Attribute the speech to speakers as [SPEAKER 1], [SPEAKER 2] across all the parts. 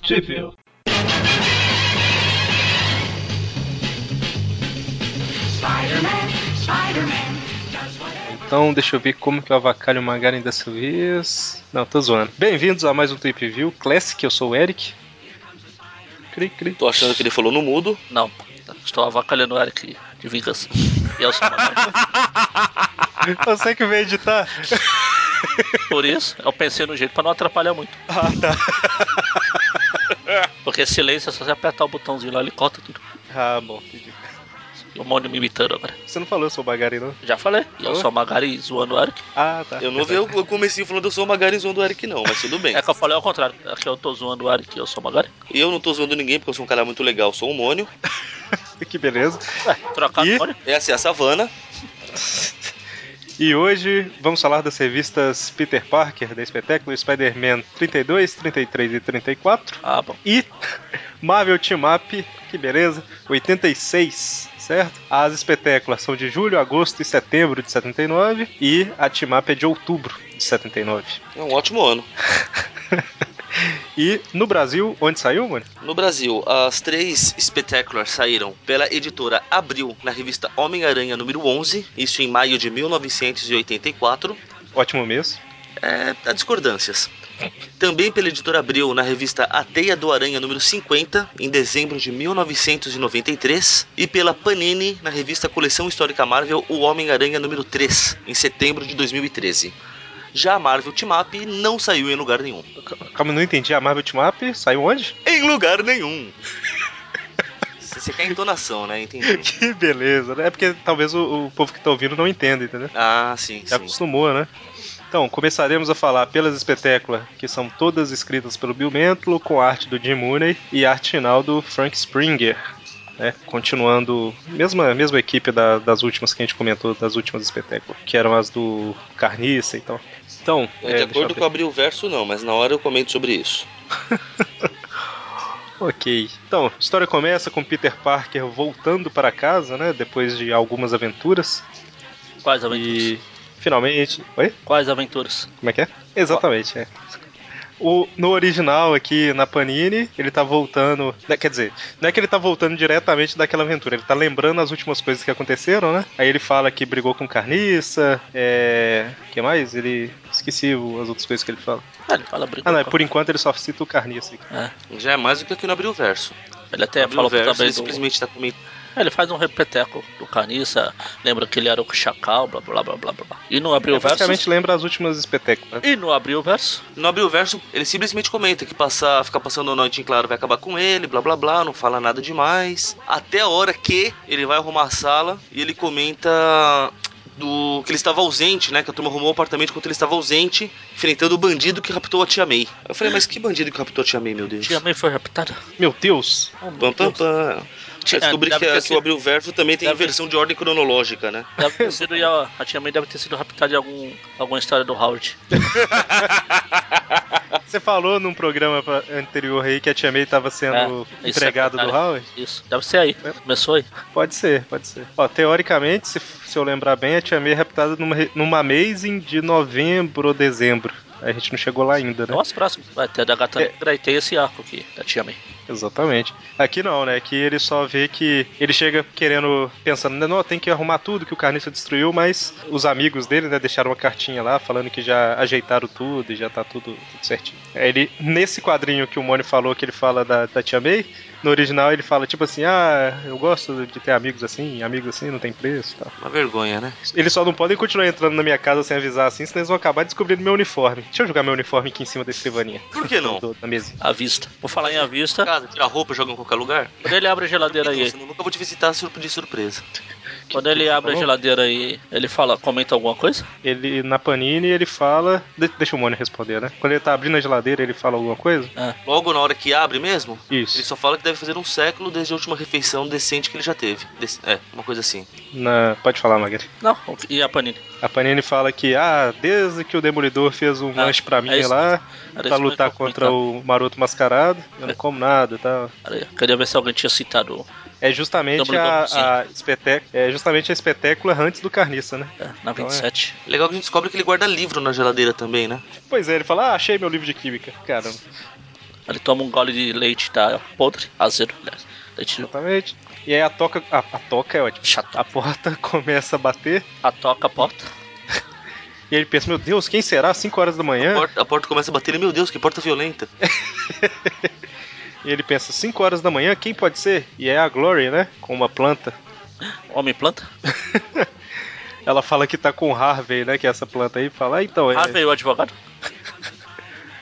[SPEAKER 1] Possível. Então, deixa eu ver como que eu avacalho o Magaren dessa vez. Não, tô zoando. Bem-vindos a mais um Trip View Classic, eu sou o Eric. Cri, cri.
[SPEAKER 2] Tô achando que ele falou no mudo.
[SPEAKER 3] Não, tá, estou avacalhando o Eric de vingança. E eu sou o Magal.
[SPEAKER 1] Você que veio editar.
[SPEAKER 3] Por isso, eu pensei no jeito pra não atrapalhar muito.
[SPEAKER 1] Ah, tá.
[SPEAKER 3] Porque silêncio é só você apertar o botãozinho lá, ele corta tudo.
[SPEAKER 1] Ah, bom, entendi.
[SPEAKER 3] E um monte de me imitando agora.
[SPEAKER 1] Você não falou, eu sou o Magaren, não?
[SPEAKER 3] Já falei. E eu
[SPEAKER 1] Oi?
[SPEAKER 3] sou o Magari zoando o Eric.
[SPEAKER 1] Ah, tá.
[SPEAKER 2] Eu não vi o comecinho falando eu sou o Magari zoando o Eric, não, mas tudo bem.
[SPEAKER 3] É que eu falei ao contrário. É que eu tô zoando o Eric e eu sou o Magari.
[SPEAKER 2] E eu não tô zoando ninguém porque eu sou um cara muito legal, eu sou um mônio.
[SPEAKER 1] Que beleza.
[SPEAKER 3] Ué, trocado
[SPEAKER 1] Ih.
[SPEAKER 3] olha.
[SPEAKER 2] Essa é a savana.
[SPEAKER 1] E hoje vamos falar das revistas Peter Parker, da Espetáculo, Spider-Man 32, 33 e 34.
[SPEAKER 3] Ah, bom.
[SPEAKER 1] E Marvel Team Up, que beleza, 86, certo? As espetáculas são de julho, agosto e setembro de 79. E a Team Up é de outubro de 79.
[SPEAKER 2] É um ótimo ano.
[SPEAKER 1] E no Brasil, onde saiu, mano?
[SPEAKER 2] No Brasil, as três Spectaculars saíram pela editora Abril na revista Homem-Aranha número 11, isso em maio de 1984.
[SPEAKER 1] Ótimo mês.
[SPEAKER 2] É, há discordâncias. Também pela editora Abril na revista A Teia do Aranha número 50, em dezembro de 1993, e pela Panini na revista Coleção Histórica Marvel O Homem-Aranha número 3, em setembro de 2013. Já a Marvel Team Up não saiu em lugar nenhum.
[SPEAKER 1] Calma, eu não entendi. A Marvel Team Up saiu onde?
[SPEAKER 2] Em lugar nenhum! Você quer entonação, né? Entendi.
[SPEAKER 1] Que beleza, né? É porque talvez o, o povo que tá ouvindo não entenda, entendeu?
[SPEAKER 2] Ah, sim,
[SPEAKER 1] Já
[SPEAKER 2] sim.
[SPEAKER 1] acostumou, né? Então, começaremos a falar pelas espetáculas, que são todas escritas pelo Bill Mantlo, com arte do Jim Mooney e arte final do Frank Springer. Né? Continuando, mesma, mesma equipe da- das últimas que a gente comentou, das últimas espetáculas, que eram as do Carniça e tal. Então,
[SPEAKER 2] É,
[SPEAKER 1] é,
[SPEAKER 2] de
[SPEAKER 1] deixa eu
[SPEAKER 2] acordo com Abril Verso, não, mas na hora eu comento sobre isso.
[SPEAKER 1] Ok. Então, a história começa com Peter Parker voltando para casa, né? Depois de algumas aventuras.
[SPEAKER 3] Quais aventuras?
[SPEAKER 1] E finalmente. Oi?
[SPEAKER 3] Quais aventuras?
[SPEAKER 1] Como é que é? Exatamente, é. O, no original aqui na Panini, ele tá voltando. né, Quer dizer, não é que ele tá voltando diretamente daquela aventura, ele tá lembrando as últimas coisas que aconteceram, né? Aí ele fala que brigou com carniça, é. O que mais? Ele. Esqueci o- as outras coisas que ele fala.
[SPEAKER 3] Ah, ele fala brinco.
[SPEAKER 1] Ah, não, é por enquanto ele só cita o carniça. aqui.
[SPEAKER 3] É.
[SPEAKER 2] Já é mais do que aqui no Abril Verso.
[SPEAKER 3] Ele até
[SPEAKER 2] Abril
[SPEAKER 3] falou
[SPEAKER 2] Verso,
[SPEAKER 3] também um-
[SPEAKER 2] ele
[SPEAKER 3] do...
[SPEAKER 2] simplesmente tá comentando.
[SPEAKER 3] É, Ele faz um repeteco do Carniça, lembra que ele era o Chacal, blá blá blá blá blá. blá. E não abriu
[SPEAKER 1] Ele
[SPEAKER 3] o verso.
[SPEAKER 1] É basicamente lembra as últimas né? espetáculas.
[SPEAKER 3] E não abriu o verso.
[SPEAKER 2] No Abril Verso, ele simplesmente comenta que passar, ficar passando a noite em claro vai acabar com ele, blá blá blá, não fala nada demais. Até a hora que ele vai arrumar a sala e ele comenta do que ele estava ausente, né? Que a turma arrumou o apartamento enquanto ele estava ausente, enfrentando o bandido que raptou a Tia May. Eu falei, mas que bandido que raptou a Tia May, meu Deus?
[SPEAKER 3] Tia May foi raptada.
[SPEAKER 1] Meu Deus!
[SPEAKER 3] Oh, meu
[SPEAKER 2] Pam, pam,
[SPEAKER 3] Deus.
[SPEAKER 2] pam.
[SPEAKER 3] Tia- ah,
[SPEAKER 2] Eu descobri
[SPEAKER 3] deve
[SPEAKER 2] que,
[SPEAKER 3] ter
[SPEAKER 2] a- que
[SPEAKER 3] sido-
[SPEAKER 2] o Abril Verso também tem
[SPEAKER 3] deve-
[SPEAKER 2] versão de ordem cronológica, né?
[SPEAKER 3] Deve ter sido, e a, a Tia May deve ter sido raptada de algum, alguma história do Howard. Ah.
[SPEAKER 1] Você falou num programa pra- anterior aí que a Tia May tava sendo
[SPEAKER 3] É,
[SPEAKER 1] empregada
[SPEAKER 3] isso é
[SPEAKER 1] do
[SPEAKER 3] verdade.
[SPEAKER 1] Howard?
[SPEAKER 3] Isso, deve ser aí.
[SPEAKER 1] É.
[SPEAKER 3] Começou aí.
[SPEAKER 1] Pode ser, pode ser. Ó, teoricamente, se, se eu lembrar bem, a Tia May é raptada numa, re- numa amazing de novembro ou dezembro. A gente não chegou lá ainda, né?
[SPEAKER 3] Nossa, próximo. Vai ter a da gata
[SPEAKER 1] É.
[SPEAKER 3] negra e tem esse arco aqui da Tia May.
[SPEAKER 1] Exatamente. Aqui não, né? Aqui ele só vê que ele chega querendo, pensando, né? Não, tem que arrumar tudo que o Carniça destruiu, mas os amigos dele, né, deixaram uma cartinha lá falando que já ajeitaram tudo e já tá tudo, tudo certinho. Aí ele, nesse quadrinho que o Mônio falou, que ele fala da, da Tia May, no original ele fala tipo assim: ah, eu gosto de ter amigos assim, amigos assim não tem preço e tal.
[SPEAKER 2] Uma vergonha, né?
[SPEAKER 1] Eles só não podem continuar entrando na minha casa sem avisar assim, senão eles vão acabar descobrindo meu uniforme. Deixa eu jogar meu uniforme aqui em cima da escrivaninha.
[SPEAKER 2] Por que não?
[SPEAKER 1] Do- Na mesa.
[SPEAKER 3] À vista. Vou falar em à vista.
[SPEAKER 2] Casa, tira a roupa, joga em qualquer lugar.
[SPEAKER 3] Quando ele abre a geladeira aí,
[SPEAKER 2] Então, senão eu nunca vou te visitar sur- de surpresa.
[SPEAKER 3] quando ele abre a
[SPEAKER 1] bom.
[SPEAKER 3] geladeira aí, ele fala, comenta alguma coisa?
[SPEAKER 1] Ele, na Panini, ele fala. de- deixa o Mônio responder, né? Quando ele tá abrindo a geladeira, ele fala alguma coisa?
[SPEAKER 2] Logo na hora que abre mesmo, ele
[SPEAKER 1] Isso.
[SPEAKER 2] só fala que deve fazer um século desde a última refeição decente que ele já teve. Dec- é, uma coisa assim.
[SPEAKER 1] Na- pode falar, Magari.
[SPEAKER 3] Não, e a Panini?
[SPEAKER 1] A Panini fala que, ah, desde que o Demolidor fez um
[SPEAKER 3] Ah,
[SPEAKER 1] lanche pra mim
[SPEAKER 3] é isso.
[SPEAKER 1] lá,
[SPEAKER 3] Era
[SPEAKER 1] pra
[SPEAKER 3] isso mesmo que eu
[SPEAKER 1] lutar
[SPEAKER 3] ia
[SPEAKER 1] contra o Maroto Mascarado, eu não como nada e tal.
[SPEAKER 3] Peraí, Queria ver se alguém tinha citado
[SPEAKER 1] É justamente a, a, espetec- é justamente a espetácula antes do Carniça, né?
[SPEAKER 3] é, na 27.
[SPEAKER 2] Legal que a gente descobre que ele guarda livro na geladeira também, né?
[SPEAKER 1] Pois é, ele fala, ah, achei meu livro de química. Caramba.
[SPEAKER 3] Ele toma um gole de leite, tá podre, azedo, aliás. Leite
[SPEAKER 1] Exatamente. E aí a toca. A, a toca é ótimo.
[SPEAKER 3] chato.
[SPEAKER 1] A porta começa a bater
[SPEAKER 3] Atoca a porta.
[SPEAKER 1] e ele pensa: Meu Deus, quem será? 5 horas da
[SPEAKER 2] A
[SPEAKER 1] manhã?
[SPEAKER 2] porta, a porta começa a bater, ele, meu Deus, que porta violenta.
[SPEAKER 1] E ele pensa: 5 horas da manhã, quem pode ser? E é a Glory, né? Com uma planta.
[SPEAKER 3] Homem planta.
[SPEAKER 1] Ela fala que tá com o Harvey, né? Que é essa planta aí. Fala: ah, então, é.
[SPEAKER 3] Harvey, o advogado.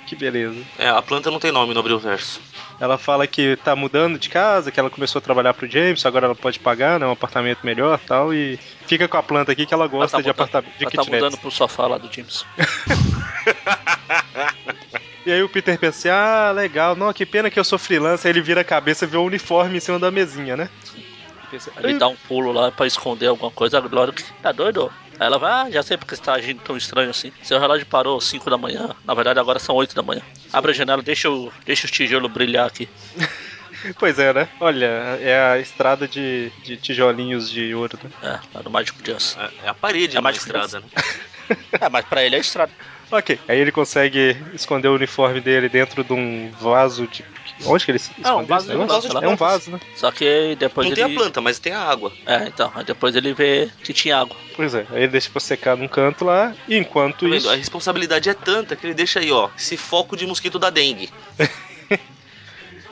[SPEAKER 1] Que beleza.
[SPEAKER 2] É, a planta não tem nome no Abril Verso.
[SPEAKER 1] Ela fala que tá mudando de casa, que ela começou a trabalhar pro James, agora ela pode pagar, né? Um apartamento melhor tal. E fica com a planta aqui que ela
[SPEAKER 3] Ela
[SPEAKER 1] gosta de
[SPEAKER 3] mudando-
[SPEAKER 1] apartamento de
[SPEAKER 3] ela tá
[SPEAKER 1] kitnet.
[SPEAKER 3] mudando pro sofá lá do James.
[SPEAKER 1] E aí o Peter pensa assim, ah, legal, não, que pena que eu sou freelancer. Aí ele vira a cabeça e vê o uniforme em cima da mesinha, né? Pensa,
[SPEAKER 3] Ele
[SPEAKER 1] "Ih,
[SPEAKER 3] dá um pulo lá pra esconder alguma coisa. A Glória que tá doido. Aí ela vai, ah, já sei porque você tá agindo tão estranho assim. Seu relógio parou 5 da manhã. Na verdade, agora são 8 da manhã. Abre a janela, deixa o, deixa o tijolo brilhar aqui.
[SPEAKER 1] Pois é, né? Olha, é a estrada de, de tijolinhos de ouro. né?
[SPEAKER 3] É, lá no Magic Johnson.
[SPEAKER 2] É, é a parede,
[SPEAKER 3] É
[SPEAKER 2] é
[SPEAKER 3] mais
[SPEAKER 2] mais estrada, né?
[SPEAKER 3] É, mas pra ele é estrada.
[SPEAKER 1] Ok, aí ele consegue esconder o uniforme dele dentro de um vaso de... Onde que ele se
[SPEAKER 3] Ah, um
[SPEAKER 1] escondeu
[SPEAKER 3] vaso
[SPEAKER 1] esse
[SPEAKER 3] de- um
[SPEAKER 1] negócio?
[SPEAKER 2] vaso de
[SPEAKER 1] É um
[SPEAKER 2] plantas.
[SPEAKER 1] vaso, né?
[SPEAKER 3] Só que aí depois
[SPEAKER 2] Não
[SPEAKER 3] ele.
[SPEAKER 2] tem a planta, mas tem a água. Tá
[SPEAKER 3] É, então. Aí depois ele vê que tinha água.
[SPEAKER 1] Pois é, aí ele deixa pra secar num canto lá, e enquanto
[SPEAKER 2] Tá vendo?
[SPEAKER 1] isso...
[SPEAKER 2] A responsabilidade é tanta que ele deixa aí, ó, esse foco de mosquito da dengue.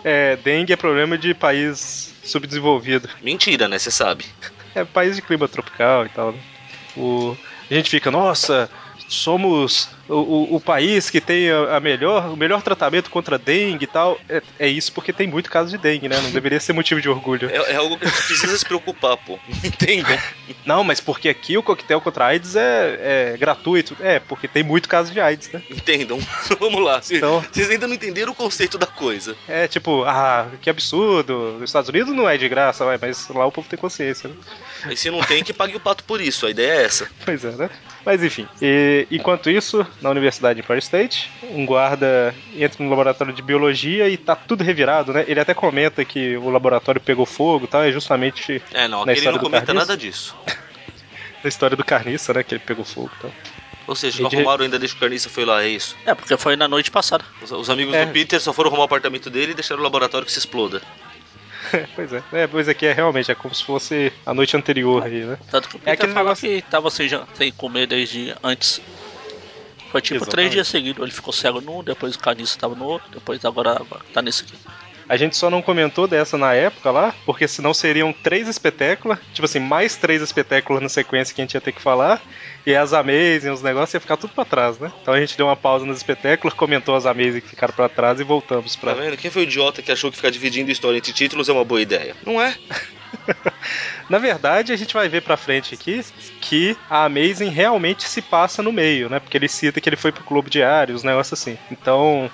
[SPEAKER 1] É, dengue é problema de país subdesenvolvido.
[SPEAKER 2] Mentira, né? Você sabe.
[SPEAKER 1] É país de clima tropical e tal, né? O... A gente fica, nossa, somos o, o, o país que tem a, a melhor, o melhor tratamento contra dengue e tal. É, é isso porque tem muito caso de dengue, né? Não deveria ser motivo de orgulho.
[SPEAKER 2] É, é algo que a gente precisa se preocupar, pô. Entenda.
[SPEAKER 1] Não, mas porque aqui o coquetel contra AIDS é, é gratuito. É, porque tem muito caso de AIDS, né?
[SPEAKER 2] Entendam. Vamos lá. Vocês
[SPEAKER 1] Então-
[SPEAKER 2] vocês ainda não entenderam o conceito da coisa.
[SPEAKER 1] É tipo, ah, que absurdo. Nos Estados Unidos não é de graça, ué, mas lá o povo tem consciência, né?
[SPEAKER 2] E se não tem, que pague o pato por isso. A ideia é essa.
[SPEAKER 1] Pois é, né? Mas enfim, e, enquanto isso, na Universidade de Empire State, um guarda entra no laboratório de biologia e tá tudo revirado, né? Ele até comenta que o laboratório pegou fogo e tal, é justamente
[SPEAKER 2] É, não.
[SPEAKER 1] Na
[SPEAKER 2] Aquele
[SPEAKER 1] história
[SPEAKER 2] não
[SPEAKER 1] do
[SPEAKER 2] comenta
[SPEAKER 1] Carniça?
[SPEAKER 2] nada disso.
[SPEAKER 1] na história do Carniça, né? Que ele pegou fogo e tal.
[SPEAKER 2] Ou seja, não
[SPEAKER 1] Ele-
[SPEAKER 2] arrumaram ainda desde que o Carniça foi lá, é isso.
[SPEAKER 3] É, porque foi na noite passada.
[SPEAKER 2] Os, os amigos
[SPEAKER 1] É.
[SPEAKER 2] do Peter só foram arrumar o apartamento dele e deixaram o laboratório que se exploda. Tá
[SPEAKER 1] pois é, né? Pois aqui é realmente, é como se fosse a noite anterior aí, né?
[SPEAKER 3] Tanto que o
[SPEAKER 1] É
[SPEAKER 3] Peter
[SPEAKER 1] aquele
[SPEAKER 3] falou
[SPEAKER 1] negócio-
[SPEAKER 3] que tava sem, jan- sem comer desde antes. Foi tipo três
[SPEAKER 1] Exatamente.
[SPEAKER 3] dias seguidos. Ele ficou cego num, depois o carniça tava no outro, depois agora, agora tá nesse aqui.
[SPEAKER 1] A gente só não comentou dessa na época lá, porque senão seriam três espetáculos, tipo assim, mais três espetáculos na sequência que a gente ia ter que falar, e as Amazing, os negócios ia ficar tudo pra trás, né? Então a gente deu uma pausa nos espetáculos, comentou as Amazing que ficaram pra trás e voltamos
[SPEAKER 2] Tá
[SPEAKER 1] pra.
[SPEAKER 2] vendo? Quem foi o idiota que achou que ficar dividindo história entre títulos é uma boa ideia? Não é?
[SPEAKER 1] Na verdade, a gente vai ver pra frente aqui que a Amazing realmente se passa no meio, né? Porque ele cita que ele foi pro clube diário, os negócios assim. Então.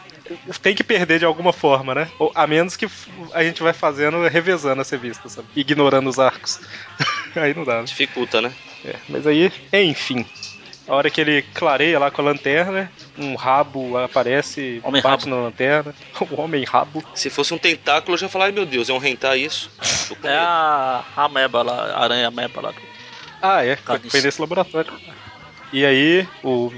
[SPEAKER 1] Tem que perder de alguma forma, né? Ou, a menos que f- a gente vai fazendo, revezando as revistas, sabe? Ignorando os arcos. Aí não dá, né?
[SPEAKER 2] Dificulta, né?
[SPEAKER 1] É, mas aí, enfim. A hora que ele clareia lá com a lanterna, um rabo aparece,
[SPEAKER 3] Homem
[SPEAKER 1] bate
[SPEAKER 3] rabo.
[SPEAKER 1] na lanterna. O homem rabo.
[SPEAKER 2] Se fosse um tentáculo, eu já ia falar, ai meu Deus, é um rentar isso? Tô com
[SPEAKER 3] É
[SPEAKER 2] medo.
[SPEAKER 3] a a ameba lá, a aranha ameba lá. do-
[SPEAKER 1] Ah, é, foi,
[SPEAKER 3] Carniça.
[SPEAKER 1] foi nesse laboratório. E aí, o,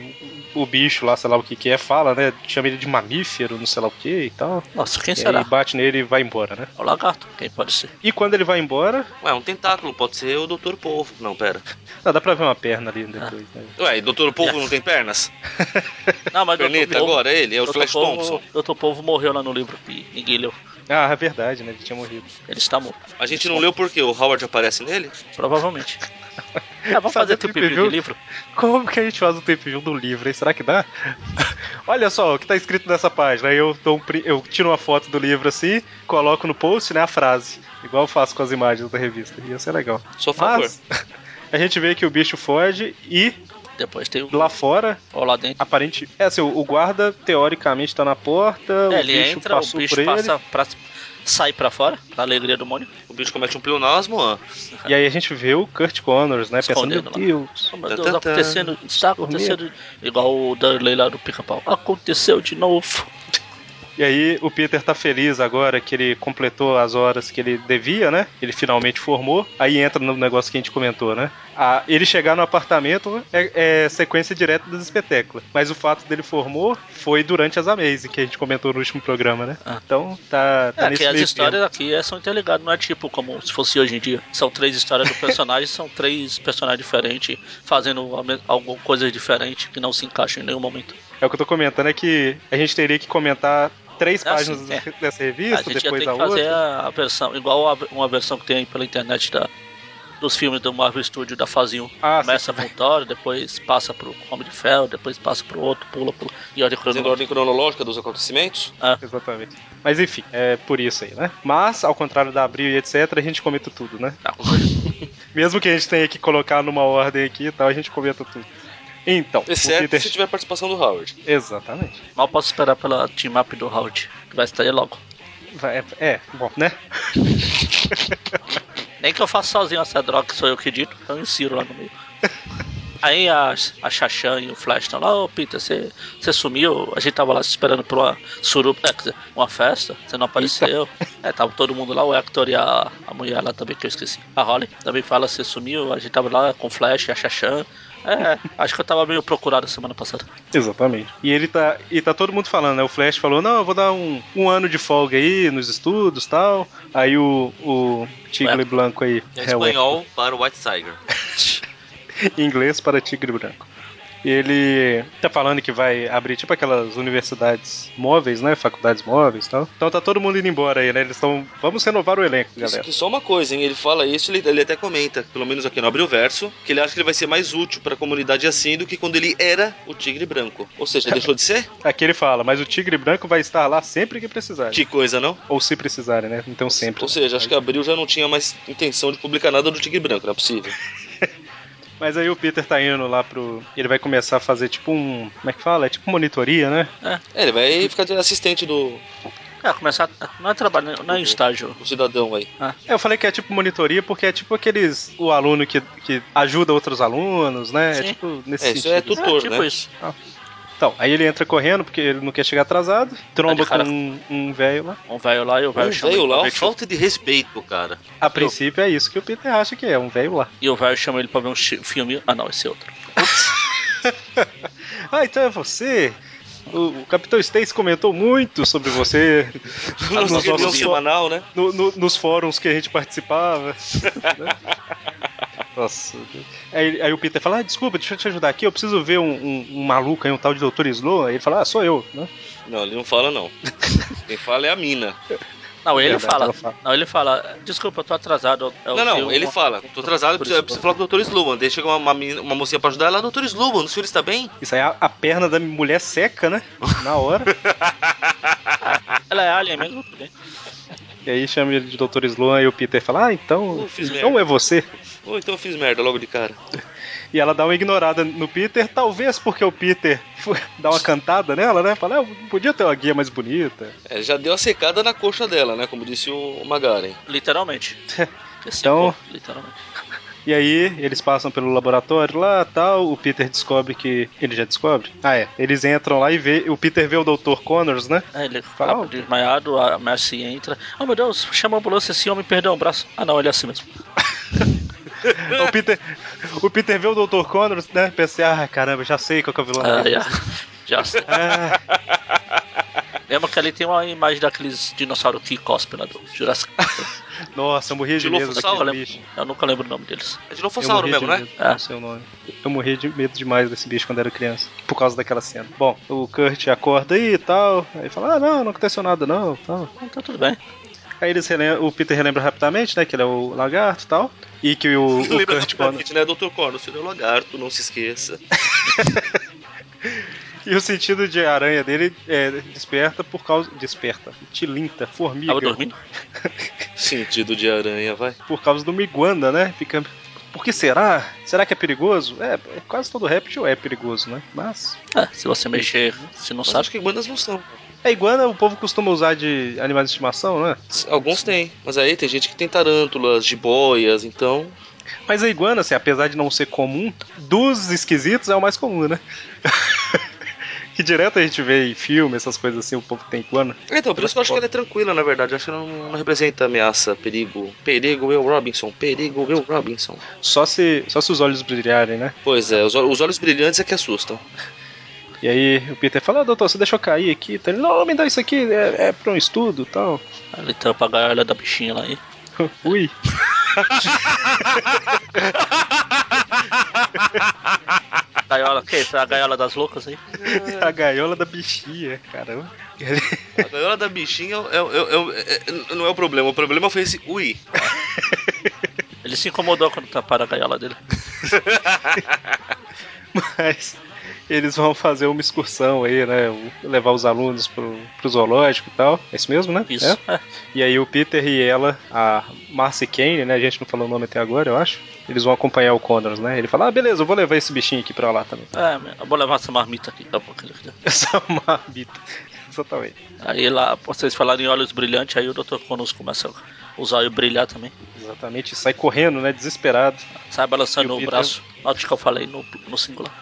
[SPEAKER 1] o bicho lá, sei lá o que que é, fala, né? Chama ele de mamífero, não sei lá o que e tal.
[SPEAKER 3] Nossa, quem
[SPEAKER 1] E
[SPEAKER 3] será?
[SPEAKER 1] aí bate nele e vai embora, né?
[SPEAKER 3] É o lagarto, quem pode ser?
[SPEAKER 1] E quando ele vai embora,
[SPEAKER 2] Ué, um tentáculo, pode ser o Doutor Polvo. Não, pera.
[SPEAKER 1] ah, dá pra ver uma perna ali depois, né?
[SPEAKER 2] Ué, e Doutor Polvo não tem pernas?
[SPEAKER 3] Não, mas
[SPEAKER 2] Pernita agora, ele? É o
[SPEAKER 3] Dr.
[SPEAKER 2] Flash
[SPEAKER 3] Povo-
[SPEAKER 2] Thompson.
[SPEAKER 3] Dr. Povo morreu lá no livro que ninguém leu.
[SPEAKER 1] Ah, é verdade, né? Ele tinha morrido.
[SPEAKER 3] Ele está morto,
[SPEAKER 2] A gente não leu porque o Howard aparece nele?
[SPEAKER 3] provavelmente. É, vamos
[SPEAKER 1] Sabe
[SPEAKER 3] fazer
[SPEAKER 1] aquele
[SPEAKER 3] trip review
[SPEAKER 1] preview?
[SPEAKER 3] de livro?
[SPEAKER 1] Como que a gente faz o tempo de um do livro, hein? Será que dá? Olha só o que tá escrito nessa página. Aí Eu, dou um pri- eu tiro uma foto do livro assim, coloco no post, né, a frase. Igual eu faço com as imagens da revista. Ia ser legal.
[SPEAKER 2] Só favor.
[SPEAKER 1] Mas a gente vê que o bicho foge e
[SPEAKER 3] Depois tem o
[SPEAKER 1] lá fora,
[SPEAKER 3] ou lá dentro.
[SPEAKER 1] aparente. É assim, o o guarda teoricamente tá na porta,
[SPEAKER 3] É,
[SPEAKER 1] o
[SPEAKER 3] ele
[SPEAKER 1] bicho
[SPEAKER 3] entra, o
[SPEAKER 1] passou
[SPEAKER 3] bicho
[SPEAKER 1] por
[SPEAKER 3] passa pra, sai pra fora, pra alegria do Mônio.
[SPEAKER 2] O bicho comete um pleonasmo, ó.
[SPEAKER 1] ele. E aí a gente vê o Kurt Connors, né? Pensando, meu
[SPEAKER 3] Escondendo lá.
[SPEAKER 1] Deus.
[SPEAKER 3] Oh, meu Deus,
[SPEAKER 2] Tantantã.
[SPEAKER 3] acontecendo, está acontecendo igual o Darley lá do pica-pau. Aconteceu de novo.
[SPEAKER 1] E aí o Peter tá feliz agora que ele completou as horas que ele devia, né? Ele finalmente formou. Aí entra no negócio que a gente comentou, né? A- ele chegar no apartamento é, é sequência direta das espetáculas. Mas o fato dele formou foi durante as Amazing, que a gente comentou no último programa, né?
[SPEAKER 3] Ah.
[SPEAKER 1] Então tá, tá
[SPEAKER 3] É,
[SPEAKER 1] nesse
[SPEAKER 3] que as
[SPEAKER 1] meio
[SPEAKER 3] histórias aqui é, são interligadas, não é tipo como se fosse hoje em dia. São três histórias do personagem, são três personagens diferentes, fazendo a me- alguma coisa diferente que não se encaixa em nenhum momento.
[SPEAKER 1] termo. É o que eu tô comentando, é que a gente teria que comentar três
[SPEAKER 3] É assim,
[SPEAKER 1] páginas
[SPEAKER 3] é.
[SPEAKER 1] dessa
[SPEAKER 3] a
[SPEAKER 1] revista,
[SPEAKER 3] gente ia
[SPEAKER 1] depois
[SPEAKER 3] ter
[SPEAKER 1] a
[SPEAKER 3] que fazer
[SPEAKER 1] outra.
[SPEAKER 3] a versão, igual a, uma versão que tem aí pela internet da, dos filmes do Marvel Studio da fase 1.
[SPEAKER 1] Ah,
[SPEAKER 3] Começa com o Thor, depois passa pro Homem de Ferro, depois passa pro outro, pula, pula. E olha
[SPEAKER 2] Fazendo
[SPEAKER 3] cronológica.
[SPEAKER 2] ordem cronológica dos acontecimentos.
[SPEAKER 1] Exatamente. Mas enfim, é por isso aí, né? Mas, ao contrário da Abril e etc., a gente comenta tudo, né?
[SPEAKER 3] Tá, com certeza.
[SPEAKER 1] Mesmo que a gente tenha que colocar numa ordem aqui e tal, a gente comenta tudo. Então, o
[SPEAKER 2] Exceto
[SPEAKER 1] Peter-
[SPEAKER 2] se tiver participação do Howard.
[SPEAKER 1] Exatamente.
[SPEAKER 3] Mal posso esperar pela team up do Howard, que vai estar aí logo.
[SPEAKER 1] Vai- É, é, bom, né?
[SPEAKER 3] Nem que eu faça sozinho essa droga, que sou eu que dito, eu insiro lá no meio. Aí a, a Xaxã e o Flash estão lá, ô Peter, você você sumiu, a gente tava lá esperando pra uma suruba, é, quer dizer, uma festa, você não apareceu. É, tava todo mundo lá, o Hector e a, a mulher lá também que eu esqueci. A Holly também fala, você sumiu, a gente tava lá com o Flash e a Xaxã. É, acho que eu tava meio procurado semana passada.
[SPEAKER 1] Exatamente. E ele tá. E tá todo mundo falando, né? O Flash falou, não, eu vou dar um, um ano de folga aí nos estudos e tal. Aí o, o Tigre
[SPEAKER 3] Ué. É
[SPEAKER 1] Blanco aí.
[SPEAKER 2] É Em
[SPEAKER 1] o
[SPEAKER 2] espanhol para o White Tiger.
[SPEAKER 1] em inglês para tigre branco. E Ele tá falando que vai abrir tipo aquelas universidades móveis, né? Faculdades móveis e tal. Então tá todo mundo indo embora aí, né? Eles estão. Vamos renovar o elenco,
[SPEAKER 2] Isso
[SPEAKER 1] galera.
[SPEAKER 2] que só uma coisa, hein? Ele fala isso, ele, ele até comenta, pelo menos aqui no Abril Verso, que ele acha que ele vai ser mais útil pra comunidade assim do que quando ele era o Tigre Branco. Ou seja, ele deixou de ser?
[SPEAKER 1] Aqui ele fala, mas o tigre branco vai estar lá sempre que precisar.
[SPEAKER 2] Que coisa, não?
[SPEAKER 1] Ou se precisarem, né? Então sempre.
[SPEAKER 2] Ou seja, acho que Abril já não tinha mais intenção de publicar nada do Tigre Branco, não é possível.
[SPEAKER 1] Mas aí o Peter tá indo lá pro. Ele vai começar a fazer tipo um. Como é que fala? É tipo monitoria, né?
[SPEAKER 2] É, ele vai ficar de assistente do,
[SPEAKER 3] É, começar. Não é trabalho,
[SPEAKER 1] Uhum.
[SPEAKER 3] não é estágio.
[SPEAKER 2] do cidadão aí.
[SPEAKER 1] É, Eu falei que é tipo monitoria porque é tipo aqueles. O aluno que, que ajuda outros alunos, né? É
[SPEAKER 3] Sim.
[SPEAKER 1] tipo nesse
[SPEAKER 2] É,
[SPEAKER 1] sentido.
[SPEAKER 2] isso é tudo. Doutor,
[SPEAKER 3] é, tipo
[SPEAKER 2] né?
[SPEAKER 3] isso.
[SPEAKER 1] Então, aí ele entra correndo porque ele não quer chegar atrasado, tromba
[SPEAKER 3] Tá de cara.
[SPEAKER 1] com um, um velho lá.
[SPEAKER 3] Um velho lá e o velho
[SPEAKER 2] Um
[SPEAKER 3] chama.
[SPEAKER 2] veio
[SPEAKER 3] ele
[SPEAKER 2] lá,
[SPEAKER 3] pra
[SPEAKER 2] uma
[SPEAKER 3] ver que o-
[SPEAKER 2] falta de respeito, cara.
[SPEAKER 1] A princípio é isso que o Peter acha que é, um velho lá.
[SPEAKER 3] E o velho chama ele pra ver um chi- filme. Ah, não, esse é outro.
[SPEAKER 1] Ah, então é você. O, o Capitão Stacy comentou muito sobre você
[SPEAKER 2] Não
[SPEAKER 1] nos,
[SPEAKER 2] sei, reunião
[SPEAKER 1] nossos, fó-
[SPEAKER 2] semanal, né?
[SPEAKER 1] no- no- nos fóruns que a gente participava. né? Nossa. Aí, aí o Peter fala: ah, desculpa, deixa eu te ajudar aqui, eu preciso ver um, um- um maluco aí, um tal de Dr. Slow. Aí ele fala: ah, sou eu. né?
[SPEAKER 2] Não, ele não fala, não. Quem fala é a mina.
[SPEAKER 3] Não, ele
[SPEAKER 1] Verdade,
[SPEAKER 3] fala.
[SPEAKER 1] ela fala.
[SPEAKER 3] Não, ele fala. Desculpa, eu tô atrasado. é eu- eu
[SPEAKER 2] Não, não,
[SPEAKER 3] vi
[SPEAKER 2] ele
[SPEAKER 3] uma-
[SPEAKER 2] fala. Tô atrasado, é eu preciso, eu preciso falar com o Dr. Sloan. Daí chega uma, uma, menina- uma mocinha pra ajudar ela. Dr. Sloan, o senhor está bem?
[SPEAKER 1] Isso aí é a, a perna da mulher seca, né? Na hora.
[SPEAKER 3] Ela é alien mesmo? Tudo bem.
[SPEAKER 1] E aí chama ele de Dr. Sloan e o Peter fala: Ah, então.
[SPEAKER 2] Eu fiz
[SPEAKER 1] Então
[SPEAKER 2] merda.
[SPEAKER 1] é você.
[SPEAKER 2] Ou então eu fiz merda logo de cara.
[SPEAKER 1] E ela dá uma ignorada no Peter, talvez porque o Peter dá uma cantada nela, né? Fala, ah, podia ter uma guia mais bonita.
[SPEAKER 2] É, já deu a secada na coxa dela, né? Como disse o o Magaren.
[SPEAKER 3] Literalmente. Esse
[SPEAKER 1] Então-
[SPEAKER 3] pô, literalmente.
[SPEAKER 1] E aí, eles passam pelo laboratório lá tal. O Peter descobre que. Ele já descobre? Ah, é. Eles entram lá e vê. O Peter vê o Dr. Connors, né?
[SPEAKER 3] É, ele
[SPEAKER 1] Fala,
[SPEAKER 2] um
[SPEAKER 3] fala desmaiado, a Mercy entra. Oh meu Deus, chama a ambulância, esse homem perdeu um braço. Ah não, ele é assim mesmo.
[SPEAKER 1] Então, o, Peter, o Peter vê o Dr. Connors, né? Pensei, ah, caramba, já sei qual que é o vilão.
[SPEAKER 3] Ah,
[SPEAKER 1] dele."
[SPEAKER 3] já. já sei.
[SPEAKER 1] Ah,
[SPEAKER 3] Lembra que ali tem uma imagem daqueles dinossauro que cospe lá do Jurassic Park.
[SPEAKER 1] nossa, eu morri de medo
[SPEAKER 2] Dilophosaurus,
[SPEAKER 1] daquele
[SPEAKER 3] eu,
[SPEAKER 1] bicho.
[SPEAKER 3] lembro- eu nunca lembro o nome deles.
[SPEAKER 2] É Dilophosauro mesmo, né?
[SPEAKER 1] É. Não sei o nome. Eu morri de medo demais desse bicho quando era criança, por causa daquela cena. Bom, o Kurt acorda aí e tal, aí fala, ah, não, não aconteceu nada não, tal.
[SPEAKER 3] Então tudo bem.
[SPEAKER 1] Aí eles relem- o Peter relembra rapidamente, né, que ele é o lagarto e tal, e que o, o
[SPEAKER 2] Lembra
[SPEAKER 1] Kurt quando...
[SPEAKER 2] rapidamente, né? Dr. Corno, o senhor é um lagarto, não se esqueça.
[SPEAKER 1] E o sentido de aranha dele é, desperta por causa... Desperta. Tilinta, formiga.
[SPEAKER 3] Tava dormindo?
[SPEAKER 2] Sentido de aranha, vai.
[SPEAKER 1] Por causa do Miguanda, né, fica... Por que será? Será que é perigoso? É, é, quase todo réptil é perigoso, né? Mas
[SPEAKER 3] É, se você mexer, se não
[SPEAKER 2] Mas
[SPEAKER 3] sabe.
[SPEAKER 2] acho que iguanas não são.
[SPEAKER 1] a iguana o povo costuma usar de animal de estimação, né?
[SPEAKER 2] Alguns têm, mas aí tem gente que tem tarântulas, jiboias, então.
[SPEAKER 1] Mas a iguana, assim, apesar de não ser comum, dos esquisitos é o mais comum, né? que direto a gente vê em filme, essas coisas assim, o povo tem quando.
[SPEAKER 2] Então, por isso que eu acho que ela é tranquila, na verdade. Eu acho que ela não, não representa ameaça, perigo. Perigo, eu, Robinson. Perigo, eu, Robinson.
[SPEAKER 1] Só se, só se os olhos brilharem, né?
[SPEAKER 2] Pois é, os, ol- os olhos brilhantes é que assustam.
[SPEAKER 1] E aí o Peter fala, ah, doutor, você deixou cair aqui? Então ele, não, me dá isso aqui, é, é pra um estudo e tal.
[SPEAKER 3] Aí Ele tampa a gaiola da bichinha lá aí.
[SPEAKER 1] Ui.
[SPEAKER 3] Gaiola, o que? Essa é a gaiola das loucas aí?
[SPEAKER 1] A gaiola da bichinha, caramba.
[SPEAKER 2] A gaiola da bichinha é- é- é- é- não é o problema. O problema foi esse ui.
[SPEAKER 3] Ele se incomodou quando tamparam a gaiola dele.
[SPEAKER 1] Mas eles vão fazer uma excursão aí, né? o- Levar os alunos pro, pro zoológico e tal. É isso mesmo, né?
[SPEAKER 3] Isso.
[SPEAKER 1] É?
[SPEAKER 3] É.
[SPEAKER 1] E aí o Peter e ela, a Marcy Kane, né? A gente não falou o nome até agora, eu acho. Eles vão acompanhar o Connors, né? Ele fala, ah, beleza, eu vou levar esse bichinho aqui pra lá também.
[SPEAKER 3] É, meu, eu vou levar essa marmita aqui, tá bom? querido?
[SPEAKER 1] Essa marmita. Exatamente.
[SPEAKER 3] Aí lá, vocês falaram em olhos brilhantes, aí o Dr. Conos começa a usar e brilhar também.
[SPEAKER 1] Exatamente. Sai correndo, né? Desesperado.
[SPEAKER 3] Sai
[SPEAKER 1] E
[SPEAKER 3] balançando
[SPEAKER 1] o
[SPEAKER 3] o
[SPEAKER 1] Peter-
[SPEAKER 3] braço. Note que eu falei no, no singular.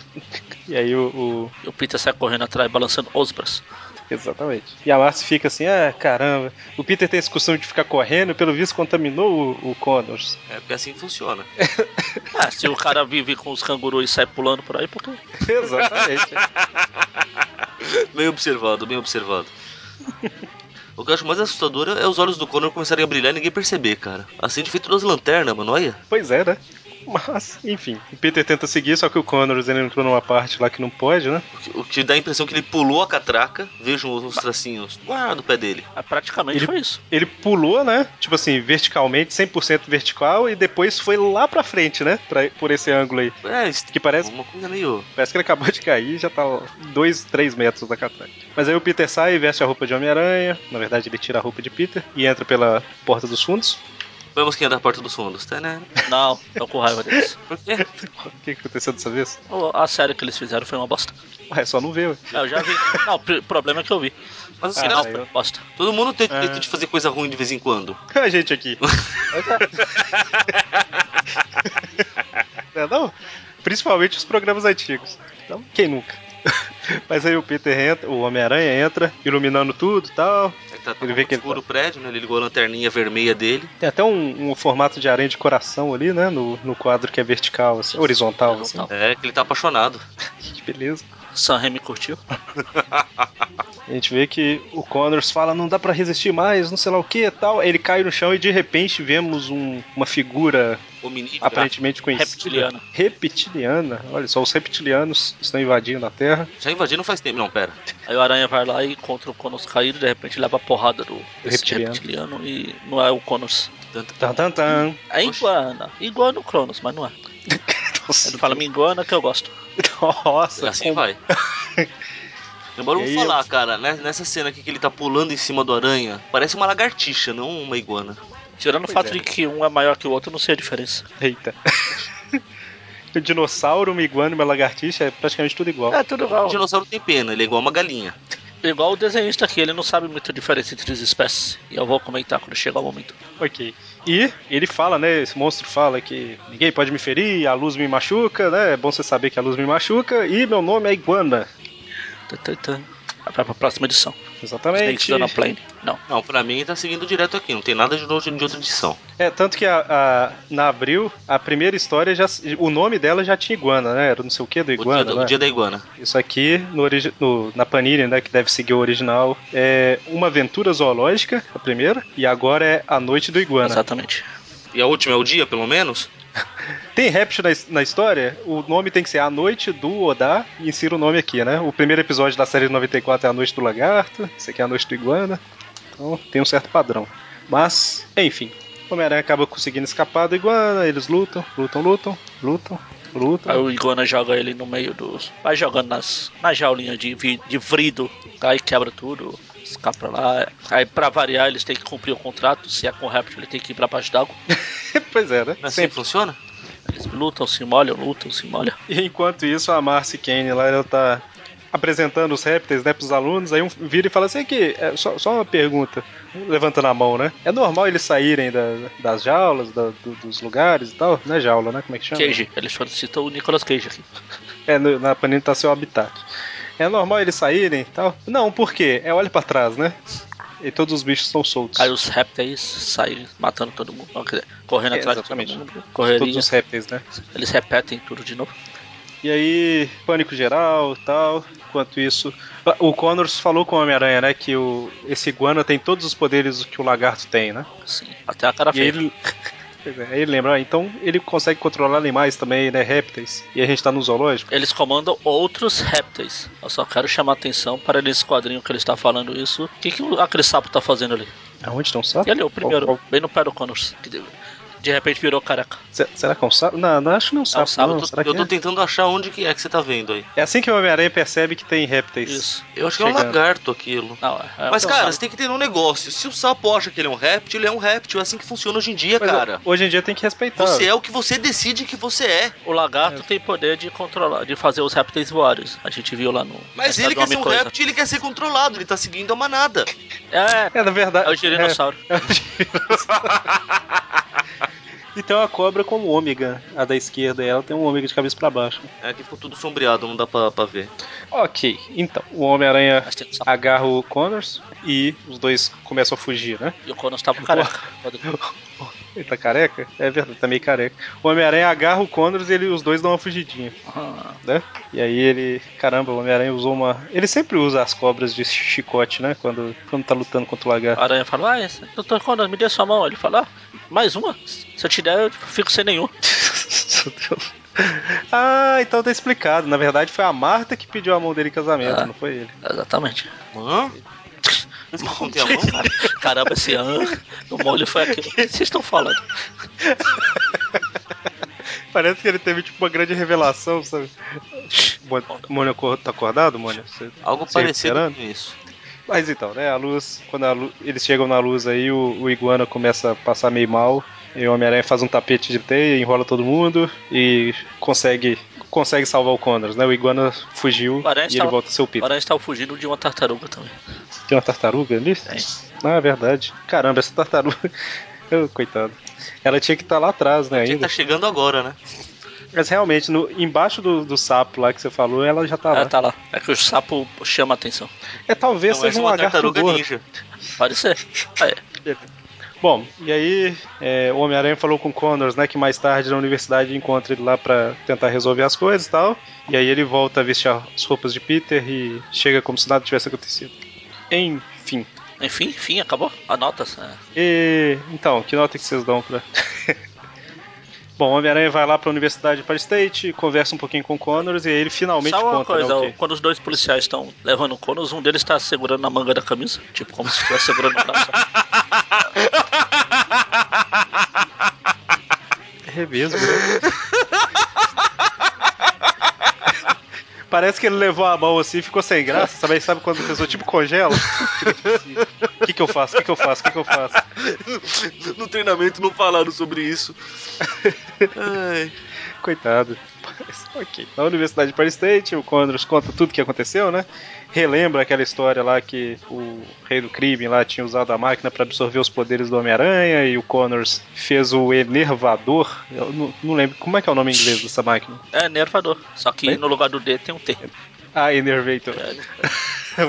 [SPEAKER 1] E aí o- o,
[SPEAKER 3] E o Peter sai correndo atrás, balançando os braços.
[SPEAKER 1] Exatamente. E a Marcy fica assim, ah, caramba. O Peter tem esse costume de ficar correndo, pelo visto contaminou o, o Connors.
[SPEAKER 2] É porque assim funciona.
[SPEAKER 3] Ah, se o cara vive com os cangurus e sai pulando por aí, é por quê?
[SPEAKER 1] Exatamente.
[SPEAKER 2] Bem observado, bem observado. O que eu acho mais assustador é os olhos do Connor começarem a brilhar e ninguém perceber, cara. Acende feito duas lanternas, mano, olha.
[SPEAKER 1] pois é, né? Mas, enfim, o Peter tenta seguir, só que o Connors ele entrou numa parte lá que não pode, né?
[SPEAKER 2] O que, o que dá a impressão que ele pulou a catraca. Vejam os tracinhos lá do pé dele.
[SPEAKER 3] Ah, praticamente
[SPEAKER 1] Ele-
[SPEAKER 3] foi isso.
[SPEAKER 1] Ele pulou, né? Tipo assim, verticalmente, 100% vertical, e depois foi lá pra frente, né? Pra- por esse ângulo aí.
[SPEAKER 2] É, isso-
[SPEAKER 1] Que parece,
[SPEAKER 2] uma coisa meio...
[SPEAKER 1] parece que ele acabou de cair e já tá 2, 3 metros da catraca. Mas aí o Peter sai, veste a roupa de Homem-Aranha. Na verdade, ele tira a roupa de Peter e entra pela porta dos fundos.
[SPEAKER 2] Vamos quem é da porta dos fundos, tá, né?
[SPEAKER 3] Não, tô com raiva deles.
[SPEAKER 2] Por quê?
[SPEAKER 1] O que que aconteceu dessa vez?
[SPEAKER 3] O- A série que eles fizeram foi uma bosta.
[SPEAKER 1] Ué, só não vê, ué.
[SPEAKER 3] Eu já vi. Não, o pr- problema é que eu vi.
[SPEAKER 2] Mas assim,
[SPEAKER 1] Ah,
[SPEAKER 2] não,
[SPEAKER 1] sei. eu-
[SPEAKER 3] bosta.
[SPEAKER 2] todo mundo tem
[SPEAKER 1] Ah.
[SPEAKER 2] direito de fazer coisa ruim de vez em quando.
[SPEAKER 1] a gente aqui. não, é não? Principalmente os programas antigos. Então, quem nunca? Mas aí o Peter entra, o Homem-Aranha entra, iluminando tudo e tal.
[SPEAKER 2] É que tá
[SPEAKER 1] Ele vê que ele
[SPEAKER 2] escuro o prédio, né? Ele ligou a lanterninha vermelha dele.
[SPEAKER 1] Tem até um, um formato de aranha de coração ali, né? No, no quadro que é vertical, assim, horizontal, assim.
[SPEAKER 3] Horizontal.
[SPEAKER 2] É, que ele tá apaixonado.
[SPEAKER 1] Que beleza.
[SPEAKER 3] Sam Raimi curtiu.
[SPEAKER 1] A gente vê que o Connors fala, não dá pra resistir mais, não sei lá o que e tal. Aí ele cai no chão e de repente vemos um- uma figura
[SPEAKER 2] O menino.
[SPEAKER 1] aparentemente conhecida.
[SPEAKER 3] Reptiliana.
[SPEAKER 1] Reptiliana. Olha só, os reptilianos estão invadindo a Terra.
[SPEAKER 2] Já invadiu não faz tempo. Não, pera.
[SPEAKER 3] Aí o Aranha vai lá e encontra o Conos caído, de repente leva a porrada do desse
[SPEAKER 1] Reptiliano.
[SPEAKER 3] reptiliano e não é o Conos.
[SPEAKER 2] Tanto-
[SPEAKER 1] Tan, tan, tan.
[SPEAKER 3] É
[SPEAKER 2] Oxe.
[SPEAKER 3] iguana. Igual no Cronos, mas não é.
[SPEAKER 1] Nossa,
[SPEAKER 3] Ele fala, me iguana que eu gosto.
[SPEAKER 1] Nossa,
[SPEAKER 2] Assim
[SPEAKER 1] com-
[SPEAKER 2] vai. Agora eu
[SPEAKER 1] E
[SPEAKER 2] vou
[SPEAKER 1] aí
[SPEAKER 2] falar, cara, né, nessa cena aqui que ele tá pulando em cima do aranha, parece uma lagartixa, não uma iguana.
[SPEAKER 3] Tirando
[SPEAKER 1] Pois
[SPEAKER 3] o fato
[SPEAKER 1] é.
[SPEAKER 3] de que um é maior que o outro, eu não sei a diferença.
[SPEAKER 1] Eita. O dinossauro, uma iguana e uma lagartixa é praticamente tudo igual.
[SPEAKER 3] É, tudo igual.
[SPEAKER 2] O dinossauro tem pena, ele é igual uma galinha.
[SPEAKER 3] Igual o desenhista aqui, ele não sabe muito a diferença entre as espécies. E eu vou comentar quando chegar o momento.
[SPEAKER 1] Ok. E ele fala, né? Esse monstro fala que ninguém pode me ferir, a luz me machuca, né? É bom você saber que a luz me machuca. E meu nome é Iguana.
[SPEAKER 3] Tá, tá, tá. Vai pra pra próxima edição. Snakes
[SPEAKER 1] Exatamente.
[SPEAKER 3] on a Plane. Não.
[SPEAKER 2] Não, pra mim tá seguindo direto aqui, não tem nada de novo de outra edição.
[SPEAKER 1] É, tanto que a, a- na abril, a primeira história, já, o nome dela já tinha Iguana, né? Era não sei o que do
[SPEAKER 2] O dia,
[SPEAKER 1] Iguana,
[SPEAKER 2] da-
[SPEAKER 1] né?
[SPEAKER 2] o dia da iguana.
[SPEAKER 1] Isso aqui, no origi- no- na Panini, né, que deve seguir o original, é Uma Aventura Zoológica, a primeira, e agora é A Noite do Iguana.
[SPEAKER 3] Exatamente.
[SPEAKER 2] E a última é o dia, pelo menos? É
[SPEAKER 1] Tem réptil na, his- na história? O nome tem que ser A Noite do Odá, e insira o nome aqui, né? O primeiro episódio da série de 94 é A Noite do Lagarto, esse aqui é A Noite do Iguana, então tem um certo padrão. Mas, enfim, o Homem-Aranha acaba conseguindo escapar do Iguana, eles lutam, lutam, lutam, lutam, lutam.
[SPEAKER 3] Aí o Iguana joga ele no meio dos. Vai jogando nas, na jaulinha de, vi- de vrido. Aí quebra tudo, escapa pra lá. Aí pra variar, eles têm que cumprir o contrato. Se é com o réptil, ele tem que ir pra baixo d'água.
[SPEAKER 1] pois é, né?
[SPEAKER 2] Não é assim que
[SPEAKER 1] Sempre.
[SPEAKER 2] funciona?
[SPEAKER 3] Eles lutam, se molham, lutam, se molham.
[SPEAKER 1] E enquanto isso, a Marcy Kane lá, ela tá apresentando os répteis, né, pros alunos, aí um vira e fala assim, aqui, é, só, só uma pergunta, levantando a mão, né? É normal eles saírem da- das jaulas, da- do- dos lugares e tal? Não é jaula, né? Como é que chama?
[SPEAKER 3] Cage, eles solicitam o Nicolas Cage aqui.
[SPEAKER 1] É, no- na Panini tá seu habitat. É normal eles saírem e tal? Não, por quê? É olha pra trás, né? E todos os bichos estão soltos.
[SPEAKER 3] Aí os répteis saem matando todo mundo. Não, quer dizer, correndo
[SPEAKER 1] É,
[SPEAKER 3] atrás de todo
[SPEAKER 1] exatamente.
[SPEAKER 3] mundo.
[SPEAKER 1] Todos
[SPEAKER 3] Correria.
[SPEAKER 1] os répteis, né?
[SPEAKER 3] Eles repetem tudo de novo.
[SPEAKER 1] E aí, pânico geral e tal. Enquanto isso, ah, o Connors falou com o Homem-Aranha, né? Que o, esse iguana tem todos os poderes que o lagarto tem, né?
[SPEAKER 3] Assim, até a cara
[SPEAKER 1] E aí
[SPEAKER 3] feia.
[SPEAKER 1] ele. Pois é, aí ele lembra, ah, então ele consegue controlar animais também, né? Répteis. E a gente tá no zoológico.
[SPEAKER 3] Eles comandam outros répteis. Eu só quero chamar a atenção para nesse quadrinho que ele está falando isso. O que, que o- aquele sapo tá fazendo ali?
[SPEAKER 1] Aonde estão sapo?
[SPEAKER 3] E ali, o primeiro,
[SPEAKER 1] Qual-
[SPEAKER 3] bem no pé do Connors. que de, de repente virou careca.
[SPEAKER 1] qual- se- Será que é um sapo? Não, não acho que não é um
[SPEAKER 3] É
[SPEAKER 1] sapo.
[SPEAKER 3] um sapo,
[SPEAKER 1] não.
[SPEAKER 3] eu tô-
[SPEAKER 1] Será que
[SPEAKER 2] Eu tô
[SPEAKER 1] é?
[SPEAKER 2] tentando achar onde que é que você tá vendo aí.
[SPEAKER 1] É assim que o Homem-Aranha percebe que tem répteis.
[SPEAKER 3] Isso.
[SPEAKER 2] Eu acho que é um
[SPEAKER 1] Chegando.
[SPEAKER 2] lagarto aquilo.
[SPEAKER 3] Não, é, é
[SPEAKER 2] Mas,
[SPEAKER 3] um
[SPEAKER 2] cara,
[SPEAKER 3] sapo.
[SPEAKER 2] você tem que ter um negócio. Se o sapo acha que ele é um réptil, ele é um réptil. É assim que funciona hoje em dia,
[SPEAKER 1] Mas,
[SPEAKER 2] cara.
[SPEAKER 1] ó, hoje em dia tem que respeitar.
[SPEAKER 2] Você é o que você decide que você é.
[SPEAKER 3] o lagarto tem poder de controlar, de fazer os répteis voarem. A gente viu lá no.
[SPEAKER 2] Mas
[SPEAKER 3] no
[SPEAKER 2] ele quer
[SPEAKER 3] Homem
[SPEAKER 2] ser um
[SPEAKER 3] Coisa.
[SPEAKER 2] réptil, ele quer ser controlado. Ele tá seguindo a manada.
[SPEAKER 3] É,
[SPEAKER 1] É, na verdade.
[SPEAKER 3] é o giranossauro.
[SPEAKER 1] É, é o giranossauro. é, e tem uma cobra como ômega. A da esquerda, ela tem um ômega de cabeça pra baixo.
[SPEAKER 2] É que ficou tudo sombreado, não dá pra, pra ver.
[SPEAKER 1] Ok, então. O Homem-Aranha
[SPEAKER 3] Mas tem um sapo.
[SPEAKER 1] agarra o Connors e os dois começam a fugir, né?
[SPEAKER 3] E o Connors tava careca. Quando-
[SPEAKER 1] Ele tá careca? É verdade, tá meio careca. O Homem-Aranha agarra o Connors e ele, os dois dão uma fugidinha,
[SPEAKER 3] Ah,
[SPEAKER 1] né? E aí ele. Caramba, o Homem-Aranha usou uma. Ele sempre usa as cobras de chicote, né? Quando, quando tá lutando contra o lagarto.
[SPEAKER 3] A aranha fala, ah, esse- doutor Connors, me dê sua mão. Ele fala, ah, mais uma? Se eu te der, eu fico sem nenhum.
[SPEAKER 1] Meu Deus. Ah, então tá explicado. Na verdade foi a Marta que pediu a mão dele em casamento,
[SPEAKER 3] Ah.
[SPEAKER 1] não foi ele.
[SPEAKER 3] Exatamente.
[SPEAKER 2] Hã? Mas que é? contei a mão, cara?
[SPEAKER 3] Caramba, esse ano no molho foi aquilo que vocês estão falando.
[SPEAKER 1] Parece que ele teve tipo uma grande revelação, sabe? Mônio, Mônio acor- tá acordado, Mônio? Você-
[SPEAKER 2] Algo
[SPEAKER 1] você
[SPEAKER 2] parecido
[SPEAKER 1] recuperando?
[SPEAKER 2] com isso.
[SPEAKER 1] Mas então, né? A luz, quando a lu- eles chegam na luz aí, o, o iguana começa a passar meio mal. E o Homem-Aranha faz um tapete de teia, enrola todo mundo e consegue consegue salvar o Connors, né? O iguana fugiu e
[SPEAKER 3] Parece
[SPEAKER 1] ele
[SPEAKER 3] tal-
[SPEAKER 1] volta ao seu pito.
[SPEAKER 3] Agora eles estavam fugindo de uma tartaruga também.
[SPEAKER 1] Tem uma tartaruga ali? Ah, é verdade. Caramba, essa tartaruga. Ô, coitado. Ela tinha que estar lá atrás, né?
[SPEAKER 2] A gente
[SPEAKER 1] Ainda.
[SPEAKER 2] tá chegando agora, né?
[SPEAKER 1] Mas realmente, no, embaixo do, do sapo lá que você falou, ela já tá
[SPEAKER 3] Ela
[SPEAKER 1] lá.
[SPEAKER 3] tá lá. É que o sapo chama a atenção.
[SPEAKER 1] É talvez seja
[SPEAKER 2] Então, essa é
[SPEAKER 1] um
[SPEAKER 2] uma
[SPEAKER 1] lagarto
[SPEAKER 2] tartaruga
[SPEAKER 1] gordo.
[SPEAKER 2] ninja.
[SPEAKER 3] Pode ser. Aí,
[SPEAKER 1] Bom, e aí é, o Homem-Aranha falou com o Connors, né, que mais tarde na universidade encontra ele lá pra tentar resolver as coisas e tal. E aí ele volta a vestir as roupas de Peter e chega como se nada tivesse acontecido. Enfim.
[SPEAKER 3] enfim, enfim, acabou. Anota. É.
[SPEAKER 1] E, então, que nota que vocês dão pra... Bom, o Homem-Aranha vai lá pra universidade de Paris State, conversa um pouquinho com o Connors e aí ele finalmente
[SPEAKER 3] Só uma
[SPEAKER 1] conta, né,
[SPEAKER 3] coisa,
[SPEAKER 1] o
[SPEAKER 3] ó,
[SPEAKER 1] quê?
[SPEAKER 3] quando os dois policiais estão levando o Conos, um deles tá segurando na manga da camisa, tipo como se estivesse segurando o braço.
[SPEAKER 1] É mesmo. né? Parece que ele levou a mão assim e ficou sem graça. Sabe, sabe quando a pessoa tipo congela? O que, que eu faço? O que, que eu faço? O que, que eu faço?
[SPEAKER 2] no treinamento não falaram sobre isso. Ai.
[SPEAKER 1] Coitado. Mas, ok. Na Universidade de Paris State, o Condros conta tudo que aconteceu, né? Relembra aquela história lá que o rei do crime lá tinha usado a máquina para absorver os poderes do Homem-Aranha e o Connors fez o enervador. Eu não, não lembro. Como é que é o nome em inglês dessa máquina?
[SPEAKER 3] É nervador. Só que no lugar do D tem um T.
[SPEAKER 1] Ah, enervator.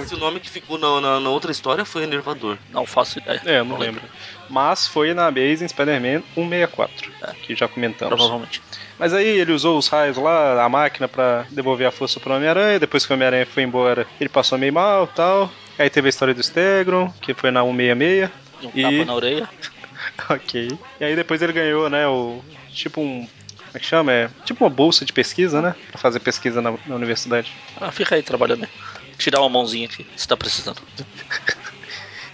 [SPEAKER 2] Esse nome que ficou na, na- na outra história foi enervador.
[SPEAKER 3] Não faço ideia.
[SPEAKER 1] É, eu não lembro. Mas foi na Amazing Spider-Man 164, que já comentamos.
[SPEAKER 3] Provavelmente.
[SPEAKER 1] Mas aí ele usou os raios lá, a máquina, pra devolver a força pro Homem-Aranha. Depois que o Homem-Aranha foi embora, ele passou meio mal tal. Aí teve a história do Stegron, que foi na 166.
[SPEAKER 3] E um
[SPEAKER 1] E-
[SPEAKER 3] tapa na orelha.
[SPEAKER 1] ok. E aí depois ele ganhou, né, o... Tipo um... Como é que chama? É tipo uma bolsa de pesquisa, né? Pra fazer pesquisa na, na universidade.
[SPEAKER 3] Ah, fica aí trabalhando aí. Te dá uma mãozinha aqui, se tá precisando.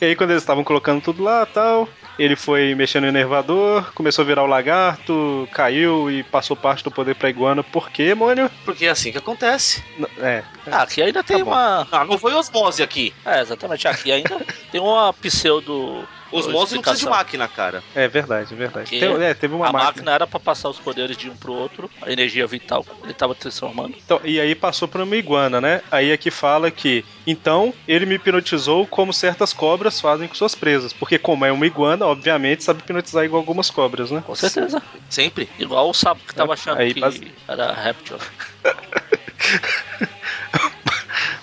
[SPEAKER 1] E aí quando eles estavam colocando tudo lá tal, ele foi mexendo no enervador, começou a virar o lagarto, caiu e passou parte do poder pra iguana. Por quê, Mônio?
[SPEAKER 2] Porque é assim que acontece.
[SPEAKER 1] N- É.
[SPEAKER 3] Ah, aqui ainda tem
[SPEAKER 1] bom.
[SPEAKER 3] uma.
[SPEAKER 2] Ah, não foi osmose aqui.
[SPEAKER 3] É, exatamente. Aqui ainda tem uma pseudo.
[SPEAKER 2] Osmose não precisa de
[SPEAKER 3] explicação.
[SPEAKER 2] máquina, cara.
[SPEAKER 1] É verdade, é verdade.
[SPEAKER 3] Porque
[SPEAKER 1] Tem- é, teve uma
[SPEAKER 3] a
[SPEAKER 1] máquina.
[SPEAKER 3] máquina. era pra passar os poderes de um pro outro, a energia vital que ele tava transformando.
[SPEAKER 1] Então, e aí passou pra uma iguana, né? Aí aqui fala que, então, ele me hipnotizou como certas cobras fazem com suas presas. Porque como é uma iguana, obviamente sabe hipnotizar igual algumas cobras, né?
[SPEAKER 3] Com certeza.
[SPEAKER 2] Sempre.
[SPEAKER 3] Igual o sapo que tava achando
[SPEAKER 1] Aí,
[SPEAKER 3] que
[SPEAKER 1] base-
[SPEAKER 3] era réptil.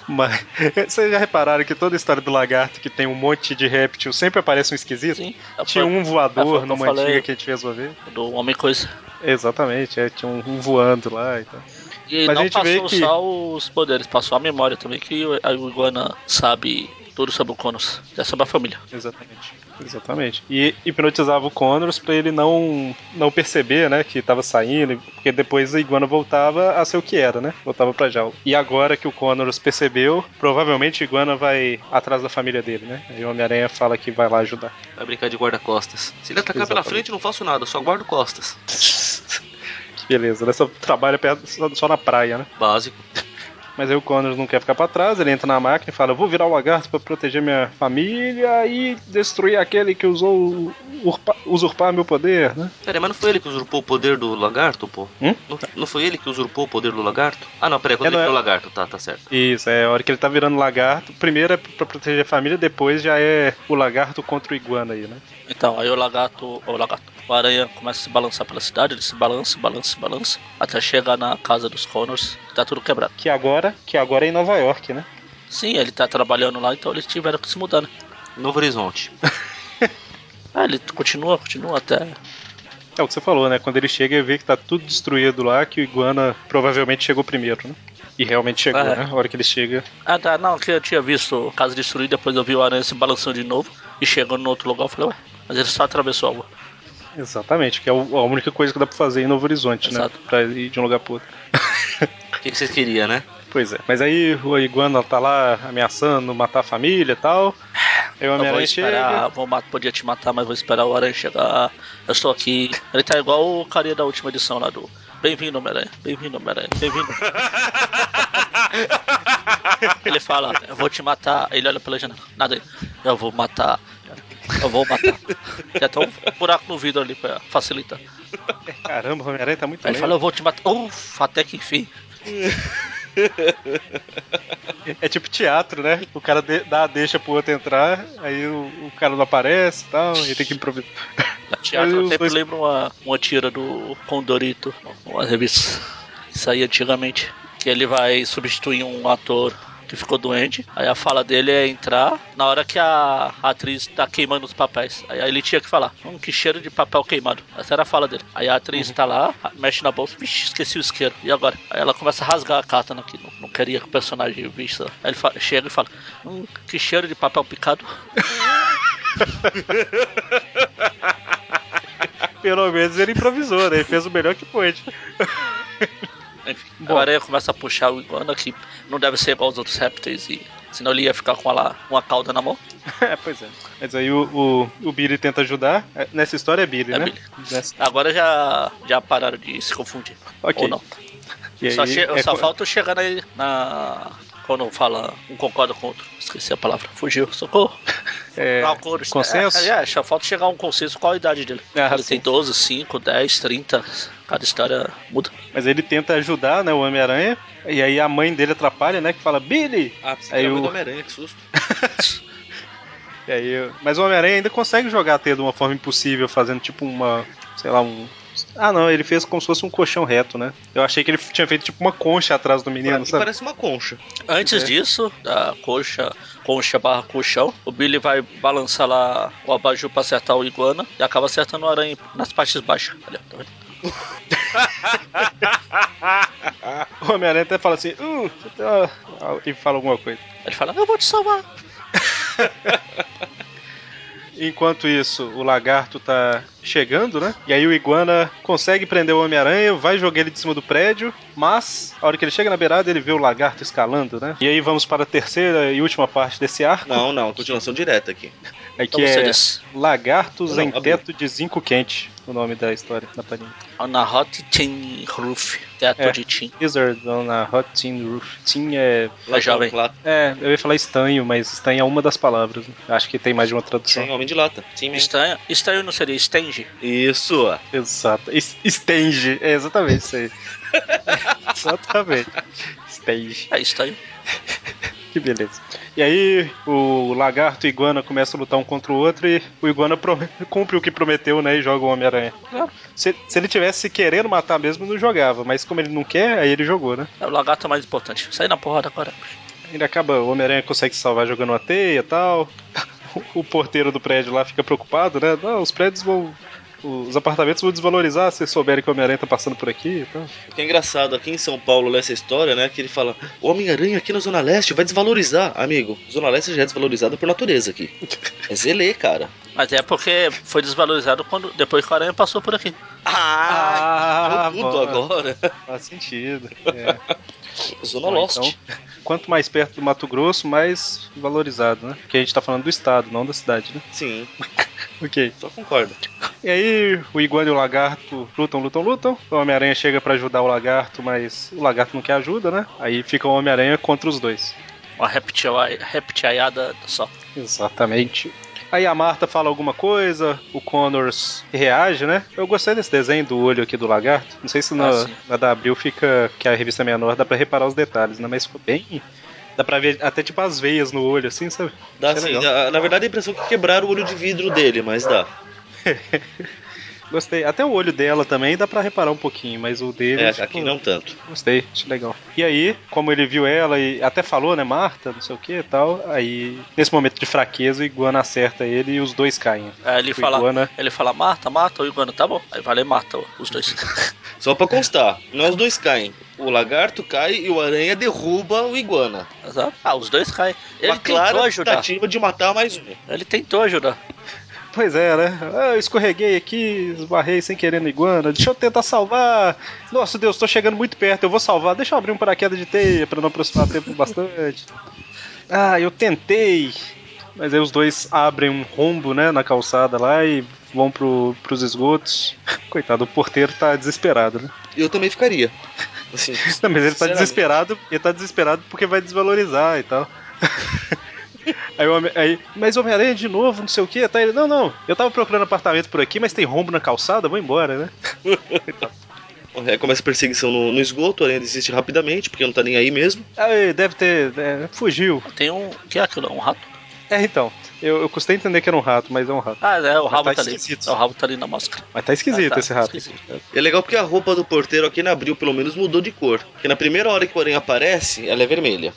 [SPEAKER 1] Mas vocês já repararam que toda a história do lagarto que tem um monte de réptil sempre aparece um esquisito?
[SPEAKER 3] Sim. É,
[SPEAKER 1] Tinha
[SPEAKER 3] foi-
[SPEAKER 1] um
[SPEAKER 3] é, foi o
[SPEAKER 1] voador
[SPEAKER 3] que
[SPEAKER 1] numa
[SPEAKER 3] eu falei.
[SPEAKER 1] antiga que a gente fez uma vez.
[SPEAKER 3] Do Homem Coisa.
[SPEAKER 1] Exatamente, é, tinha um, um voando lá e tal.
[SPEAKER 3] E
[SPEAKER 1] Mas a
[SPEAKER 3] não
[SPEAKER 1] gente vê
[SPEAKER 3] passou
[SPEAKER 1] que-
[SPEAKER 3] só os poderes, passou a memória também, que o- a Iguana sabe tudo sobre o Conos. É sobre a família.
[SPEAKER 1] Exatamente. Exatamente. E hipnotizava o Connors pra ele não, não perceber, né, que tava saindo, porque depois a iguana voltava a ser o que era, né? Voltava pra jaula. E agora que o Connors percebeu, provavelmente a iguana vai atrás da família dele, né? Aí o Homem-Aranha fala que vai lá ajudar.
[SPEAKER 2] Vai brincar de guarda-costas. Se ele atacar pela
[SPEAKER 1] Exatamente.
[SPEAKER 2] frente, eu não faço nada, eu só guardo costas.
[SPEAKER 1] Que beleza, né? Só trabalha perto, só, só na praia, né?
[SPEAKER 2] Básico.
[SPEAKER 1] Mas aí o Connors não quer ficar pra trás, ele entra na máquina e fala: Eu vou virar o lagarto pra proteger minha família e destruir aquele que usou urpa- usurpar meu poder, né?
[SPEAKER 2] Peraí, mas não foi ele que usurpou o poder do lagarto, pô?
[SPEAKER 1] Hum?
[SPEAKER 2] Não, não foi ele que usurpou o poder do lagarto? Ah, não, peraí, quando
[SPEAKER 1] É,
[SPEAKER 2] ele
[SPEAKER 1] não
[SPEAKER 2] foi o
[SPEAKER 1] é-
[SPEAKER 2] lagarto, tá, tá certo.
[SPEAKER 1] Isso, é a hora que ele tá virando lagarto. Primeiro é pra proteger a família, depois já é o lagarto contra o iguana aí, né?
[SPEAKER 3] Então, aí o lagarto, o lagarto, o aranha começa a se balançar pela cidade, ele se balança, balança, balança, até chegar na casa dos Connors, tá tudo quebrado.
[SPEAKER 1] Que agora, que agora é em Nova York, né?
[SPEAKER 3] Sim, ele tá trabalhando lá, então eles tiveram que se mudar, né?
[SPEAKER 2] Novo Horizonte.
[SPEAKER 3] Ah, ele continua, continua até.
[SPEAKER 1] É o que você falou, né? Quando ele chega e vê que tá tudo destruído lá, que o iguana provavelmente chegou primeiro, né? E realmente chegou,
[SPEAKER 3] Ah, é.
[SPEAKER 1] né? A hora que ele chega.
[SPEAKER 3] Ah, tá, não, que eu tinha visto a casa destruída, depois eu vi o aranha se balançando de novo e chegando no outro lugar, eu falei, ué, mas ele só atravessou a rua.
[SPEAKER 1] Exatamente, que é o- a única coisa que dá pra fazer em Novo Horizonte,
[SPEAKER 3] Exato.
[SPEAKER 1] né? Pra ir de um lugar pro outro.
[SPEAKER 2] O que, que vocês queriam, né?
[SPEAKER 1] Pois é. Mas aí o iguana tá lá ameaçando matar a família e tal. Aí o
[SPEAKER 3] Eu vou
[SPEAKER 1] Homem-Aranha chega.
[SPEAKER 3] esperar, vou matar, podia te matar, mas vou esperar o Aranha chegar. Eu estou aqui. Ele tá igual o carinha da última edição lá do. Bem-vindo, Homem-Aranha. Bem-vindo, Homem-Aranha. Bem-vindo. ele fala, eu vou te matar. Ele olha pela janela. Nada aí. Eu vou matar. Eu vou matar. Tem até um buraco no vidro ali pra facilitar. Aí
[SPEAKER 1] Caramba, o Homem-Aranha tá muito
[SPEAKER 3] ele
[SPEAKER 1] lento.
[SPEAKER 3] fala, eu vou te matar. Ufa, até que enfim.
[SPEAKER 1] É tipo teatro, né? O cara de- dá a deixa pro outro entrar, aí o, o cara não aparece e tal, e tem que improvisar.
[SPEAKER 3] Na teatro,
[SPEAKER 1] Aí
[SPEAKER 3] eu
[SPEAKER 1] os
[SPEAKER 3] sempre
[SPEAKER 1] dois-
[SPEAKER 3] lembro uma, uma tira do Condorito, uma revista que saía antigamente, que ele vai substituir um ator que ficou doente. Aí a fala dele é entrar na hora que a atriz tá queimando os papéis. Aí ele tinha que falar, hum, que cheiro de papel queimado. Essa era a fala dele. Aí a atriz tá lá, mexe na bolsa, vixi, esqueci o isqueiro. E agora? Aí ela começa a rasgar a carta né, que não, não queria que o personagem visse. Aí ele fa- chega e fala, hum, que cheiro de papel picado.
[SPEAKER 1] Pelo menos ele improvisou, né? Ele fez o melhor que pôde.
[SPEAKER 3] Enfim,
[SPEAKER 1] Bom.
[SPEAKER 3] a aranha começa a puxar o iguana, que não deve ser igual aos outros répteis, e senão ele ia ficar com ela, uma cauda na mão.
[SPEAKER 1] É, pois é. Mas aí o, o, o Billy tenta ajudar. É, Nessa história é Billy,
[SPEAKER 3] É
[SPEAKER 1] né?
[SPEAKER 3] Billy.
[SPEAKER 1] Nessa-
[SPEAKER 3] Agora já, já pararam de se confundir.
[SPEAKER 1] Ok.
[SPEAKER 3] Ou não.
[SPEAKER 1] E
[SPEAKER 3] só
[SPEAKER 1] aí
[SPEAKER 3] che-
[SPEAKER 1] é
[SPEAKER 3] só
[SPEAKER 1] co-
[SPEAKER 3] falta eu chegar na, na. Quando fala um concorda com o outro. Esqueci a palavra. Fugiu, socorro.
[SPEAKER 1] é,
[SPEAKER 3] Não, Coros.
[SPEAKER 1] consenso?
[SPEAKER 3] É, é, só falta chegar a um consenso qual a idade dele.
[SPEAKER 1] Ah,
[SPEAKER 3] ele
[SPEAKER 1] sim.
[SPEAKER 3] tem 12, 5, 10, 30. Cada história muda.
[SPEAKER 1] Mas ele tenta ajudar, né, o Homem-Aranha. E aí a mãe dele atrapalha, né? Que fala, Billy!
[SPEAKER 2] Ah,
[SPEAKER 1] Aí que
[SPEAKER 2] é
[SPEAKER 1] era o-
[SPEAKER 2] o
[SPEAKER 1] do
[SPEAKER 2] Homem-Aranha, que susto.
[SPEAKER 1] E aí, mas o Homem-Aranha ainda consegue jogar a teia de uma forma impossível, fazendo tipo uma. sei lá, um. Ah não, ele fez como se fosse um colchão reto, né? Eu achei que ele tinha feito tipo uma concha atrás do menino, sabe?
[SPEAKER 2] parece uma concha.
[SPEAKER 3] Antes
[SPEAKER 1] É.
[SPEAKER 3] disso, da coxa, concha barra colchão, o Billy vai balançar lá o abajur pra acertar o iguana e acaba acertando o aranha nas partes baixas. Olha, tá vendo?
[SPEAKER 1] Ah, O Homem-Aranha até fala assim, uh, você tem uma- e fala alguma coisa.
[SPEAKER 3] Ele fala, eu vou te salvar.
[SPEAKER 1] Enquanto isso, o lagarto tá chegando, né? E aí o Iguana consegue prender o Homem-Aranha, vai jogar ele de cima do prédio, mas a hora que ele chega na beirada, ele vê o lagarto escalando, né? E aí vamos para a terceira e última parte desse arco,
[SPEAKER 2] Não, não, continuação direta aqui.
[SPEAKER 1] é que
[SPEAKER 3] Então você
[SPEAKER 1] é
[SPEAKER 3] diz,
[SPEAKER 1] Lagartos
[SPEAKER 2] Não,
[SPEAKER 1] em
[SPEAKER 2] abriu.
[SPEAKER 1] Teto de Zinco Quente, o nome da história da Panini.
[SPEAKER 3] On a hot tin roof, teto
[SPEAKER 1] É.
[SPEAKER 3] de tin.
[SPEAKER 1] Lizard on a Hot Tin Roof. Tin é...
[SPEAKER 3] Vai, jovem.
[SPEAKER 2] Lata.
[SPEAKER 1] É, eu ia falar estanho, mas estanho é uma das palavras. né? Acho que tem mais de uma tradução.
[SPEAKER 2] Sim, homem de lata. Sim, mesmo.
[SPEAKER 3] Estranho, estranho não seria estende?
[SPEAKER 2] Isso. ó.
[SPEAKER 1] Exato. Es- Estende. É exatamente isso aí. exatamente. Estende.
[SPEAKER 3] É estranho.
[SPEAKER 1] Que beleza. E aí, o lagarto e o iguana começam a lutar um contra o outro e o iguana pro- cumpre o que prometeu, né? E joga o Homem-Aranha.
[SPEAKER 3] Claro.
[SPEAKER 1] Se, se ele tivesse querendo matar mesmo, não jogava. Mas como ele não quer, aí ele jogou, né?
[SPEAKER 3] É o lagarto mais importante. Sai na porrada agora.
[SPEAKER 1] Ele acaba, o Homem-Aranha consegue se salvar jogando uma teia e tal. O porteiro do prédio lá fica preocupado, né? Não, os prédios vão. Os apartamentos vão desvalorizar se souberem que o Homem-Aranha tá passando por aqui e tal.
[SPEAKER 2] Que é engraçado, aqui em São Paulo, nessa história, né? Que ele fala: "O Homem-Aranha aqui na Zona Leste vai desvalorizar. Amigo, Zona Leste já é desvalorizada por natureza aqui. É zelê, cara.
[SPEAKER 3] Mas é porque foi desvalorizado quando, depois que o Aranha passou por aqui.
[SPEAKER 1] Ah,
[SPEAKER 2] tudo
[SPEAKER 1] bom.
[SPEAKER 2] agora.
[SPEAKER 1] Faz sentido. É.
[SPEAKER 2] Zona
[SPEAKER 1] Bom,
[SPEAKER 2] Leste.
[SPEAKER 1] então, quanto mais perto do Mato Grosso, mais valorizado, né? Porque a gente tá falando do estado, não da cidade, né?
[SPEAKER 2] Sim,
[SPEAKER 1] Ok.
[SPEAKER 2] só concordo.
[SPEAKER 1] E aí, o Iguana e o Lagarto lutam, lutam, lutam. O Homem-Aranha chega pra ajudar o Lagarto, mas o Lagarto não quer ajuda, né? Aí fica o Homem-Aranha contra os dois.
[SPEAKER 3] Uma reptilai- reptiliada só.
[SPEAKER 1] Exatamente. Aí a Marta fala alguma coisa, o Connors reage, né? Eu gostei desse desenho do olho aqui do lagarto. Não sei se na,
[SPEAKER 3] Ah, sim.
[SPEAKER 1] na da Abril fica, que é a revista menor, dá pra reparar os detalhes, né? Mas ficou bem. Dá pra ver até tipo as veias no olho, assim, sabe?
[SPEAKER 2] Dá,
[SPEAKER 1] Isso é
[SPEAKER 2] assim,
[SPEAKER 1] legal.
[SPEAKER 2] dá- na verdade, a impressão é que quebraram o olho de vidro dele, mas dá.
[SPEAKER 1] Gostei. Até o olho dela também dá pra reparar um pouquinho, mas o dele.
[SPEAKER 2] É,
[SPEAKER 1] tipo,
[SPEAKER 2] aqui não tanto.
[SPEAKER 1] Gostei, achei legal. E aí, como ele viu ela e até falou, né, Marta, não sei o que e tal, aí, nesse momento de fraqueza, o Iguana acerta ele e os dois caem.
[SPEAKER 3] Aí ele
[SPEAKER 1] O
[SPEAKER 3] fala,
[SPEAKER 1] Iguana-
[SPEAKER 3] ele fala, mata, mata, o Iguana, tá bom. Aí vai lá e mata os dois.
[SPEAKER 2] Só pra constar, não os dois caem. O lagarto cai e o aranha derruba o iguana.
[SPEAKER 3] Exato. Ah, os dois caem. Ele
[SPEAKER 2] Uma
[SPEAKER 3] tentou
[SPEAKER 2] clara
[SPEAKER 3] ajudar.
[SPEAKER 2] tentativa de matar mais um.
[SPEAKER 3] Ele tentou ajudar.
[SPEAKER 1] Pois é, né? Ah, eu escorreguei aqui, esbarrei sem querer no iguana. Deixa eu tentar salvar. Nossa Deus, tô chegando muito perto, eu vou salvar. Deixa eu abrir um paraquedas de teia pra não aproximar tempo bastante. Ah, eu tentei. Mas aí os dois abrem um rombo, né, na calçada lá e vão pro, pros esgotos. Coitado, o porteiro tá desesperado, né?
[SPEAKER 2] Eu também ficaria. Assim,
[SPEAKER 1] Não, mas ele tá
[SPEAKER 2] Sinceramente.
[SPEAKER 1] desesperado, ele tá desesperado porque vai desvalorizar e tal. Aí, o homem, aí, mas Homem-Aranha de novo, não sei o que, tá ele, não, não, eu tava procurando apartamento por aqui, mas tem rombo na calçada, vou embora, né?
[SPEAKER 2] Aí É, começa a perseguição no, no esgoto, a aranha desiste rapidamente, porque não tá nem aí mesmo.
[SPEAKER 1] Aí, deve ter, é, fugiu.
[SPEAKER 3] Tem um. O que é aquilo? Um rato?
[SPEAKER 1] É, então, eu, eu custei entender que era um rato, mas é um rato.
[SPEAKER 3] Ah, é, o rabo
[SPEAKER 1] tá
[SPEAKER 3] tá, ali.
[SPEAKER 1] esquisito.
[SPEAKER 3] É, O rabo tá ali na máscara.
[SPEAKER 1] Mas tá esquisito
[SPEAKER 3] Ah, tá,
[SPEAKER 1] esse rato.
[SPEAKER 3] esquisito.
[SPEAKER 2] E é legal porque a roupa do porteiro aqui na abril, pelo menos, mudou de cor. Porque na primeira hora que o aranha aparece, ela é vermelha.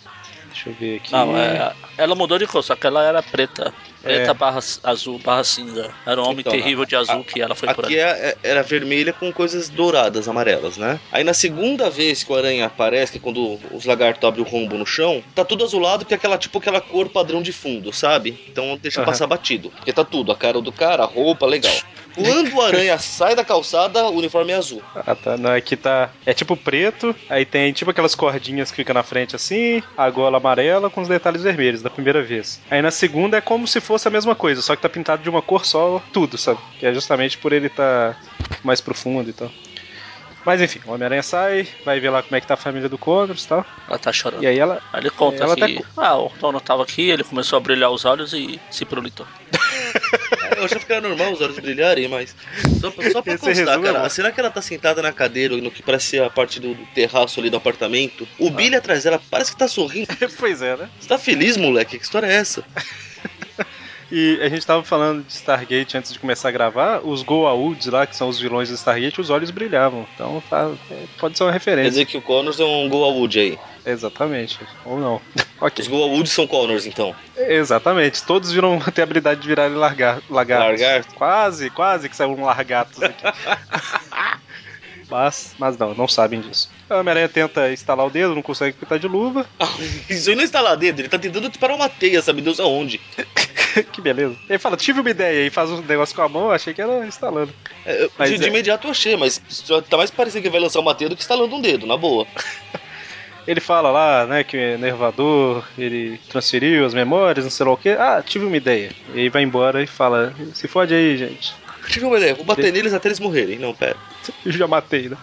[SPEAKER 1] Deixa eu ver aqui.
[SPEAKER 3] Não, é, ela mudou de cor, só que ela era preta. Preta
[SPEAKER 1] É.
[SPEAKER 3] barra c- azul, barra cinza. Era um homem
[SPEAKER 2] Então,
[SPEAKER 3] terrível de azul
[SPEAKER 2] a-
[SPEAKER 3] que ela foi por
[SPEAKER 2] Aqui
[SPEAKER 3] ali.
[SPEAKER 2] é- é- era vermelha com coisas douradas, amarelas, né? Aí na segunda vez que o aranha aparece, que é quando os lagartos abrem o rombo no chão, tá tudo azulado, que é aquela, tipo, aquela cor padrão de fundo, sabe? Então deixa
[SPEAKER 1] Aham.
[SPEAKER 2] passar batido. Porque tá tudo, a cara do cara, a roupa, legal. Quando o aranha sai da calçada, o uniforme é azul.
[SPEAKER 1] Ah, tá. Não, aqui tá. É tipo preto, aí tem tipo aquelas cordinhas que fica na frente assim, a gola amarela com os detalhes vermelhos da primeira vez. Aí na segunda é como se fosse a mesma coisa, só que tá pintado de uma cor só, tudo, sabe? Que é justamente por ele tá mais profundo e tal. Mas enfim, o Homem-Aranha sai, vai ver lá como é que tá a família do Connors e tal.
[SPEAKER 3] Ela tá chorando.
[SPEAKER 1] é- E aí ela.
[SPEAKER 3] Aí ele conta
[SPEAKER 1] Ela tá
[SPEAKER 3] que. Ah, o dono tava aqui, ele começou a brilhar os olhos e se prolitou.
[SPEAKER 2] Eu achava que era normal os olhos brilharem, mas. Só pra, só pra
[SPEAKER 1] Esse
[SPEAKER 2] constar,
[SPEAKER 1] resumo é
[SPEAKER 2] cara.
[SPEAKER 1] bom.
[SPEAKER 2] será que ela tá sentada na cadeira, no que parece ser a parte do, do terraço ali do apartamento? O
[SPEAKER 1] Ah.
[SPEAKER 2] Billy atrás dela parece que tá sorrindo.
[SPEAKER 1] pois é, né?
[SPEAKER 2] Você tá feliz, moleque? Que história é essa?
[SPEAKER 1] E a gente tava falando de Stargate antes de começar a gravar, os Goa'ulds lá, que são os vilões do Stargate, os olhos brilhavam. Então tá- é, pode ser uma
[SPEAKER 2] Quer
[SPEAKER 1] referência.
[SPEAKER 2] dizer que o Connors é um Goa'uld aí.
[SPEAKER 1] Exatamente. Ou não.
[SPEAKER 2] Os
[SPEAKER 1] ok.
[SPEAKER 2] Goa'ulds são Connors, então.
[SPEAKER 1] Exatamente. Todos viram ter a habilidade de virar largar, lagartos.
[SPEAKER 2] Lagarto.
[SPEAKER 1] Quase, quase que saiu um largatos aqui. mas, mas não, não sabem disso. A Homem-Aranha tenta instalar o dedo, não consegue porque tá de luva.
[SPEAKER 2] Isso aí não está lá dentro, ele tá tentando disparar uma teia, sabe Deus aonde.
[SPEAKER 1] que beleza. Ele fala, tive uma ideia e faz um negócio com a mão, achei que era instalando.
[SPEAKER 2] É, eu-
[SPEAKER 1] Mas
[SPEAKER 2] de, de
[SPEAKER 1] é.
[SPEAKER 2] imediato eu achei, mas só tá mais parecendo que vai lançar uma teia do que estalando um dedo, na boa.
[SPEAKER 1] Ele fala lá, né, que o nervador, ele transferiu as memórias, não sei lá o que. Ah, tive uma ideia. E aí vai embora e fala, se fode aí, gente.
[SPEAKER 2] Tive uma ideia, vou bater neles até eles morrerem. Não, pera.
[SPEAKER 1] Eu já matei, né?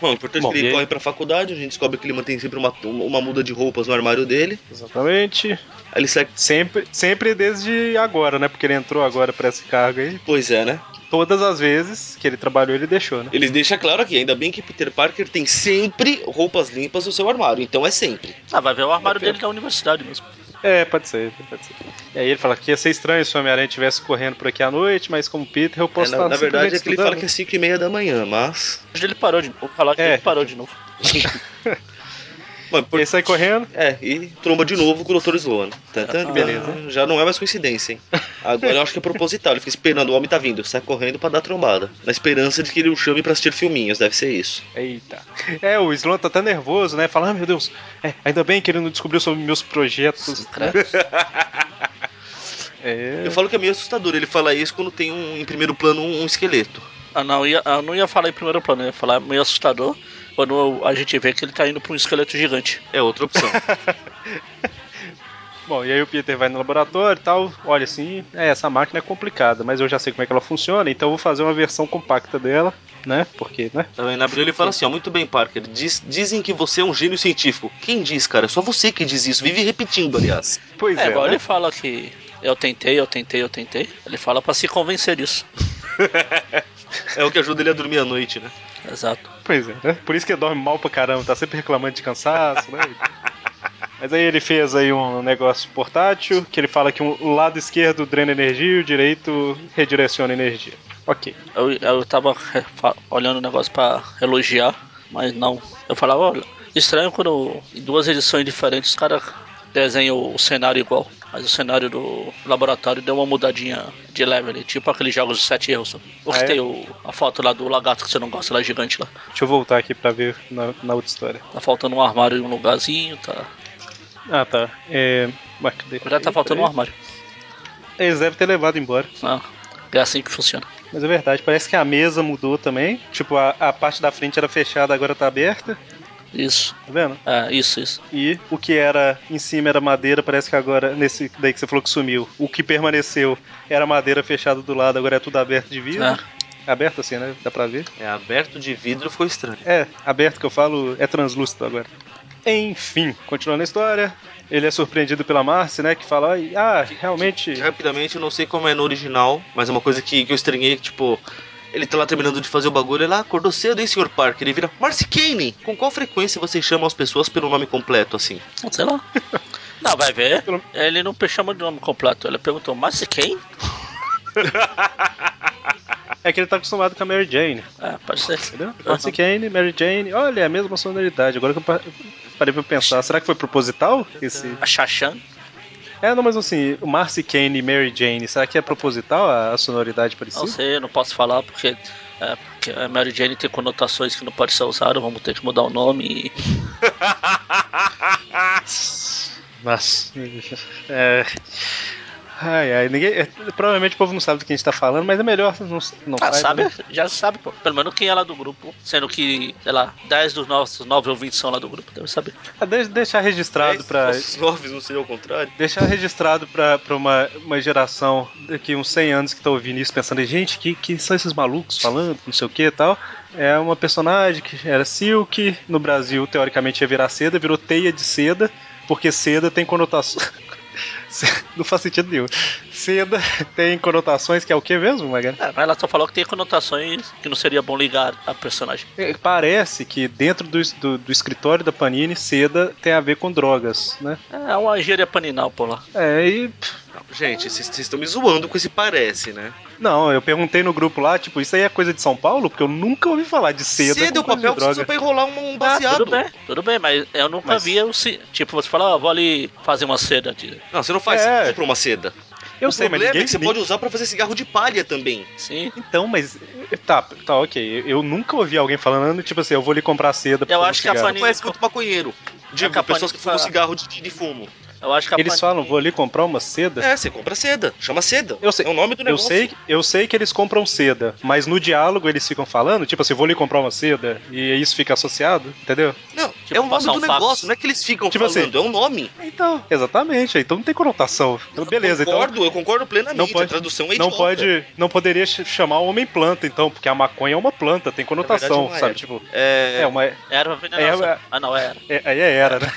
[SPEAKER 2] Bom, o importante
[SPEAKER 1] Bom,
[SPEAKER 2] é que ele
[SPEAKER 1] e aí?
[SPEAKER 2] corre pra faculdade, a gente descobre que ele mantém sempre uma, uma muda de roupas no armário dele.
[SPEAKER 1] Exatamente.
[SPEAKER 2] Aí ele sai.
[SPEAKER 1] Sempre, sempre desde agora, né? Porque ele entrou agora pra esse cargo aí.
[SPEAKER 2] Pois é, né?
[SPEAKER 1] Todas as vezes que ele trabalhou, ele deixou, né?
[SPEAKER 2] Ele deixa claro aqui, ainda bem que Peter Parker tem sempre roupas limpas no seu armário, então é sempre.
[SPEAKER 3] Ah, vai ver o armário
[SPEAKER 1] Bacana.
[SPEAKER 3] dele da universidade mesmo.
[SPEAKER 1] É, pode ser, pode ser. E aí ele fala que ia ser estranho se o Homem-Aranha estivesse correndo por aqui à noite, mas como Peter, eu
[SPEAKER 2] É,
[SPEAKER 1] posso
[SPEAKER 2] na,
[SPEAKER 1] estar
[SPEAKER 2] na verdade é
[SPEAKER 1] simplesmente
[SPEAKER 2] que ele fala que é
[SPEAKER 1] estudando.
[SPEAKER 2] 5 e meia da manhã, mas.
[SPEAKER 3] Hoje ele parou de novo. Vou falar que
[SPEAKER 1] É.
[SPEAKER 3] ele parou de novo.
[SPEAKER 2] Mas por-
[SPEAKER 1] Ele sai correndo.
[SPEAKER 2] É, e tromba de novo com o Dr. Sloan. Tá, tá,
[SPEAKER 1] Ah.
[SPEAKER 2] beleza. Já não é mais coincidência, hein? Agora eu acho que é proposital. Ele fica esperando, o homem tá vindo, sai correndo pra dar trombada. Na esperança de que ele o chame pra assistir filminhos, deve ser isso.
[SPEAKER 1] Eita. É, o Sloan tá até nervoso, né? Fala, ah, meu Deus, é, ainda bem que ele não descobriu sobre meus projetos. É.
[SPEAKER 2] Eu falo que é meio assustador ele falar isso quando tem um, em primeiro plano um, um esqueleto.
[SPEAKER 3] Ah, não, ia, eu não ia falar em primeiro plano, eu ia falar meio assustador quando a gente vê que ele tá indo pra um esqueleto gigante.
[SPEAKER 2] É outra opção.
[SPEAKER 1] Bom, e aí o Peter vai no laboratório e tal. Olha, assim, é, essa máquina é complicada, mas eu já sei como é que ela funciona, então eu vou fazer uma versão compacta dela, né? Porque, né?
[SPEAKER 2] Também na abril ele fala assim, ó, muito bem, Parker, diz- dizem que você é um gênio científico. Quem diz, cara? É Só você que diz isso, vive repetindo, aliás.
[SPEAKER 1] Pois
[SPEAKER 3] É,
[SPEAKER 1] é.
[SPEAKER 3] igual
[SPEAKER 1] né?
[SPEAKER 3] ele fala que eu tentei, eu tentei, eu tentei. Ele fala pra se convencer disso.
[SPEAKER 2] É o que ajuda ele a dormir à noite, né?
[SPEAKER 3] Exato.
[SPEAKER 1] Pois é, né? Por isso que ele dorme mal pra caramba, tá sempre reclamando de cansaço, né? Mas aí ele fez aí um negócio portátil, que ele fala que um- o lado esquerdo drena energia e o direito redireciona energia. Ok.
[SPEAKER 3] Eu, eu tava é, fa- olhando o negócio pra elogiar, mas não. Eu falava, olha, estranho quando em duas edições diferentes os caras desenham o cenário igual. Mas o cenário do laboratório deu uma mudadinha de level, né? tipo aqueles jogos de sete erros. O que
[SPEAKER 1] Ah, é?
[SPEAKER 3] tem o- a foto lá do lagarto que você não gosta, lá gigante lá.
[SPEAKER 1] Deixa eu voltar aqui pra ver na, na outra história.
[SPEAKER 3] Tá faltando um armário em um lugarzinho, tá.
[SPEAKER 1] Ah, tá. É. Ué, cadê?
[SPEAKER 3] Na verdade tá faltando um armário.
[SPEAKER 1] Eles devem ter levado embora.
[SPEAKER 3] Ah, é assim que funciona.
[SPEAKER 1] Mas é verdade, parece que a mesa mudou também. Tipo, a, a parte da frente era fechada, agora tá aberta.
[SPEAKER 3] Isso.
[SPEAKER 1] Tá vendo?
[SPEAKER 3] É, isso, isso.
[SPEAKER 1] E o que era em cima era madeira, parece que agora, nesse daí que você falou que sumiu, o que permaneceu era madeira fechada do lado, agora é tudo aberto de vidro.
[SPEAKER 3] É.
[SPEAKER 1] Aberto assim, né? Dá pra ver.
[SPEAKER 2] É aberto de vidro, ficou estranho.
[SPEAKER 1] É, aberto que eu falo é translúcido agora. Enfim, continuando a história, ele é surpreendido pela Marcy, né? Que fala, "Ai, ah, realmente.
[SPEAKER 2] Que, Rapidamente, eu não sei como é no original, mas é uma coisa que, que eu estranhei, que, tipo... Ele tá lá terminando de fazer o bagulho, ele lá acordou cedo, hein, Sr. Parker? Ele vira, Marcy Kane, com qual frequência você chama as pessoas pelo nome completo, assim?
[SPEAKER 3] Ah, Sei lá. Não, vai ver.
[SPEAKER 1] Pelo-
[SPEAKER 3] Ele não chama de nome completo. Ele perguntou, mas se quem?
[SPEAKER 1] É que ele tá acostumado com a Mary Jane,
[SPEAKER 3] É, pode ser.
[SPEAKER 1] entendeu? Nancy Kane, Mary Jane, olha, é a mesma sonoridade. Agora que eu pa- parei pra pensar, será que foi proposital esse
[SPEAKER 3] A Xaxã?
[SPEAKER 1] É, não, mas assim, o Marcy Kane e Mary Jane, será que é proposital a, a sonoridade
[SPEAKER 3] Não
[SPEAKER 1] parecida?
[SPEAKER 3] sei, não posso falar porque, é, porque a Mary Jane tem conotações que não pode ser usada. Vamos ter que mudar o nome. E...
[SPEAKER 1] Mas. É. Ai, ai, ninguém. é, provavelmente o povo não sabe do que a gente tá falando, mas é melhor não, não
[SPEAKER 3] Ah,
[SPEAKER 1] saiba,
[SPEAKER 3] sabe?
[SPEAKER 1] né?
[SPEAKER 3] Já sabe, pô. Pelo menos quem é lá do grupo. Sendo que, sei lá, 10 dos nossos 9 ouvintes são lá do grupo. Deve saber.
[SPEAKER 1] Ah, de- deixar
[SPEAKER 3] É
[SPEAKER 1] registrado pra.
[SPEAKER 2] Os nomes não seriam ao contrário?
[SPEAKER 1] Deixar registrado pra, pra uma, uma geração daqui uns 100 anos que tá ouvindo isso, pensando, gente, que, que são esses malucos falando, não sei o que e tal. É uma personagem que era Silk, no Brasil, teoricamente, ia virar seda, virou teia de seda, porque seda tem conotações. não faz sentido nenhum. Seda tem conotações que é o que mesmo, Magari?
[SPEAKER 3] É, mas ela só falou que tem conotações que não seria bom ligar a personagem.
[SPEAKER 1] É, Parece que dentro do, es- do, do escritório da Panini, seda tem a ver com drogas, né?
[SPEAKER 3] É uma gíria paninal, pô, lá.
[SPEAKER 1] É, e
[SPEAKER 2] Não, gente, vocês vocês estão me zoando com esse parece, né?
[SPEAKER 1] Não, eu perguntei no grupo lá, tipo, isso aí é coisa de São Paulo? Porque eu nunca ouvi falar de seda.
[SPEAKER 2] Cedo é o
[SPEAKER 1] com coisa de
[SPEAKER 2] papel que você usa
[SPEAKER 1] droga.
[SPEAKER 2] pra enrolar um, um
[SPEAKER 3] Ah,
[SPEAKER 2] baseado.
[SPEAKER 3] tudo bem, tudo bem, mas eu nunca
[SPEAKER 1] Mas-
[SPEAKER 3] vi o se- Tipo, você fala, ó, vou ali fazer uma seda aqui.
[SPEAKER 2] Não, você não faz,
[SPEAKER 1] É.
[SPEAKER 2] você compra uma seda.
[SPEAKER 1] Eu
[SPEAKER 2] o
[SPEAKER 1] sei, mas
[SPEAKER 2] problema
[SPEAKER 1] ninguém.
[SPEAKER 2] é que você
[SPEAKER 1] nin-
[SPEAKER 2] pode usar pra fazer cigarro de palha também.
[SPEAKER 3] Sim.
[SPEAKER 1] Então, mas. Tá, tá, ok. Eu nunca ouvi alguém falando, tipo assim, eu vou lhe comprar seda. pra
[SPEAKER 3] Eu
[SPEAKER 1] fazer
[SPEAKER 3] acho que a
[SPEAKER 1] cigarro.
[SPEAKER 3] Panini-
[SPEAKER 2] Conhece muito é maconheiro. Digo,
[SPEAKER 3] É capaz
[SPEAKER 2] pessoas
[SPEAKER 3] de
[SPEAKER 2] que fumam
[SPEAKER 3] falar.
[SPEAKER 2] cigarro de, de fumo.
[SPEAKER 3] Eu acho que a
[SPEAKER 1] Eles
[SPEAKER 3] Panini-
[SPEAKER 1] falam, vou ali comprar uma seda?
[SPEAKER 2] É, você compra seda. Chama seda.
[SPEAKER 1] Eu sei-
[SPEAKER 2] É o nome do
[SPEAKER 1] Eu
[SPEAKER 2] negócio.
[SPEAKER 1] sei, eu sei que eles compram seda, mas no diálogo eles ficam falando, tipo assim, vou lhe comprar uma seda, e isso fica associado, entendeu?
[SPEAKER 2] Não,
[SPEAKER 3] Tipo,
[SPEAKER 2] é o nome
[SPEAKER 3] passar
[SPEAKER 2] do
[SPEAKER 3] um fax.
[SPEAKER 2] negócio. Não é que eles ficam
[SPEAKER 1] Tipo
[SPEAKER 2] falando,
[SPEAKER 1] assim.
[SPEAKER 2] é o nome.
[SPEAKER 1] Então, exatamente, então não tem conotação. Então, beleza, então.
[SPEAKER 2] concordo, eu concordo plenamente.
[SPEAKER 1] Não pode-
[SPEAKER 2] a
[SPEAKER 3] um
[SPEAKER 2] tradução é
[SPEAKER 1] não
[SPEAKER 2] idiota.
[SPEAKER 1] pode, não poderia ch- chamar o homem planta, então, porque a maconha é uma planta, tem conotação,
[SPEAKER 2] Na verdade, é uma
[SPEAKER 1] sabe?
[SPEAKER 2] erva.
[SPEAKER 1] Tipo,
[SPEAKER 2] É...
[SPEAKER 1] é uma, é,
[SPEAKER 3] Erva venenosa.
[SPEAKER 1] É, é-
[SPEAKER 3] Ah, não, era.
[SPEAKER 1] aí é era, né?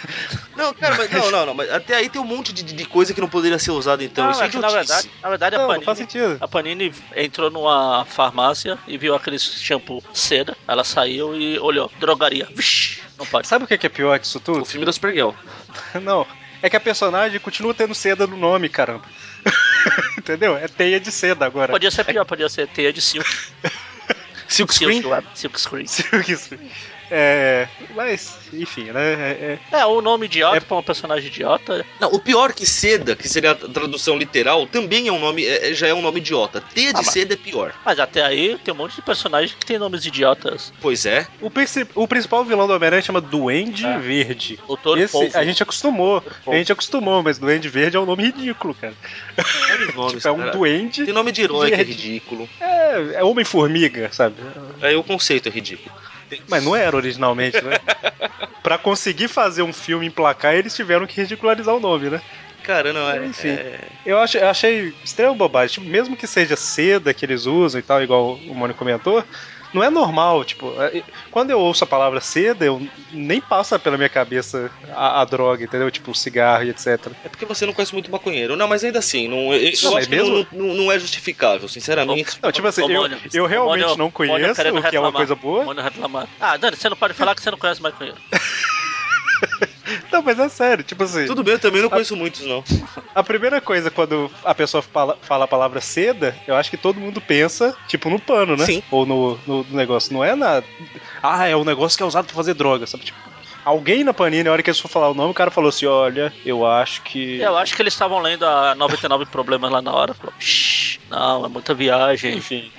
[SPEAKER 2] Não, cara, mas não, não, não. Mas até aí tem um monte de, de coisa que não poderia ser usada, então.
[SPEAKER 3] Não,
[SPEAKER 2] Isso é
[SPEAKER 3] é que na
[SPEAKER 2] idiotice.
[SPEAKER 3] verdade, na verdade a
[SPEAKER 1] Não, não faz
[SPEAKER 3] Panini...
[SPEAKER 1] sentido.
[SPEAKER 3] A Panini entrou numa farmácia e viu aquele shampoo seda. Ela saiu e olhou, drogaria. Vixe, não pode.
[SPEAKER 1] Sabe o que que é pior disso tudo?
[SPEAKER 2] O filme da Supergirl.
[SPEAKER 1] Não, é que a personagem continua tendo seda no nome, caramba. Entendeu? É teia de seda agora.
[SPEAKER 3] Podia ser pior, podia ser teia de silk.
[SPEAKER 2] Silk Screen?
[SPEAKER 3] Silk, web, silk screen.
[SPEAKER 1] Silk Screen. É, mas, enfim, né? É,
[SPEAKER 3] É, o nome idiota pra um personagem idiota.
[SPEAKER 2] Não, o pior que seda, que seria a tradução literal, também é um nome, é- é- já é um nome idiota.
[SPEAKER 1] Ah,
[SPEAKER 2] T de
[SPEAKER 3] mas-
[SPEAKER 2] seda é pior.
[SPEAKER 3] Mas até aí tem um monte de personagem que tem nomes idiotas.
[SPEAKER 2] Pois é.
[SPEAKER 1] O, princi- o principal vilão do Homem-Aranha chama Duende
[SPEAKER 3] É.
[SPEAKER 1] Verde.
[SPEAKER 3] Doutor
[SPEAKER 1] Esse é
[SPEAKER 3] Polvo.
[SPEAKER 1] a gente acostumou, a
[SPEAKER 3] Polvo.
[SPEAKER 1] gente acostumou, mas Duende Verde é um nome ridículo, cara.
[SPEAKER 2] Vários nomes,
[SPEAKER 1] tipo, é um
[SPEAKER 2] cara. Tem
[SPEAKER 1] duende,
[SPEAKER 2] nome de herói que é
[SPEAKER 1] Verde.
[SPEAKER 2] ridículo.
[SPEAKER 1] é, é Homem-Formiga, sabe?
[SPEAKER 2] Aí o conceito é ridículo.
[SPEAKER 1] Mas não era originalmente, né? pra conseguir fazer um filme em placar, eles tiveram que ridicularizar o nome, né?
[SPEAKER 2] Cara, não é.
[SPEAKER 1] Enfim.
[SPEAKER 2] é-
[SPEAKER 1] Eu, acho, eu achei extrema bobagem. Tipo, mesmo que seja seda que eles usam e tal, igual o Mônio comentou, não é normal. Tipo, é- quando eu ouço a palavra seda, eu nem passa pela minha cabeça a, a droga, entendeu? Tipo, o cigarro e etc.
[SPEAKER 2] É porque você não conhece muito maconheiro. Não, mas ainda assim, não, eu, eu
[SPEAKER 1] Não,
[SPEAKER 2] acho
[SPEAKER 1] mas
[SPEAKER 2] que
[SPEAKER 1] mesmo-
[SPEAKER 2] não, não- não é justificável, sinceramente.
[SPEAKER 1] Não, tipo assim,
[SPEAKER 3] Ô,
[SPEAKER 1] eu,
[SPEAKER 3] Mônio,
[SPEAKER 1] eu realmente
[SPEAKER 3] Mônio-
[SPEAKER 1] não
[SPEAKER 3] Mônio
[SPEAKER 1] conheço,
[SPEAKER 3] querendo
[SPEAKER 1] o que é uma
[SPEAKER 3] reclamar.
[SPEAKER 1] coisa boa.
[SPEAKER 3] Mônio reclamar. Ah, Dani, você não pode falar que você não conhece maconheiro.
[SPEAKER 1] Não, mas é sério, tipo assim,
[SPEAKER 2] Tudo bem, eu também não conheço muitos, não.
[SPEAKER 1] a primeira coisa quando a pessoa fala, fala a palavra seda, eu acho que todo mundo pensa, tipo, no pano, né?
[SPEAKER 2] Sim.
[SPEAKER 1] Ou no, no negócio. Não é na. Ah, é um negócio que é usado pra fazer droga, sabe? Tipo, alguém na panini, na hora que eles for falar o nome, o cara falou assim: olha, eu acho que.
[SPEAKER 3] Eu acho que eles estavam lendo a 99 Problemas lá na hora. Falou, "Shh, não, é muita viagem.
[SPEAKER 1] Enfim.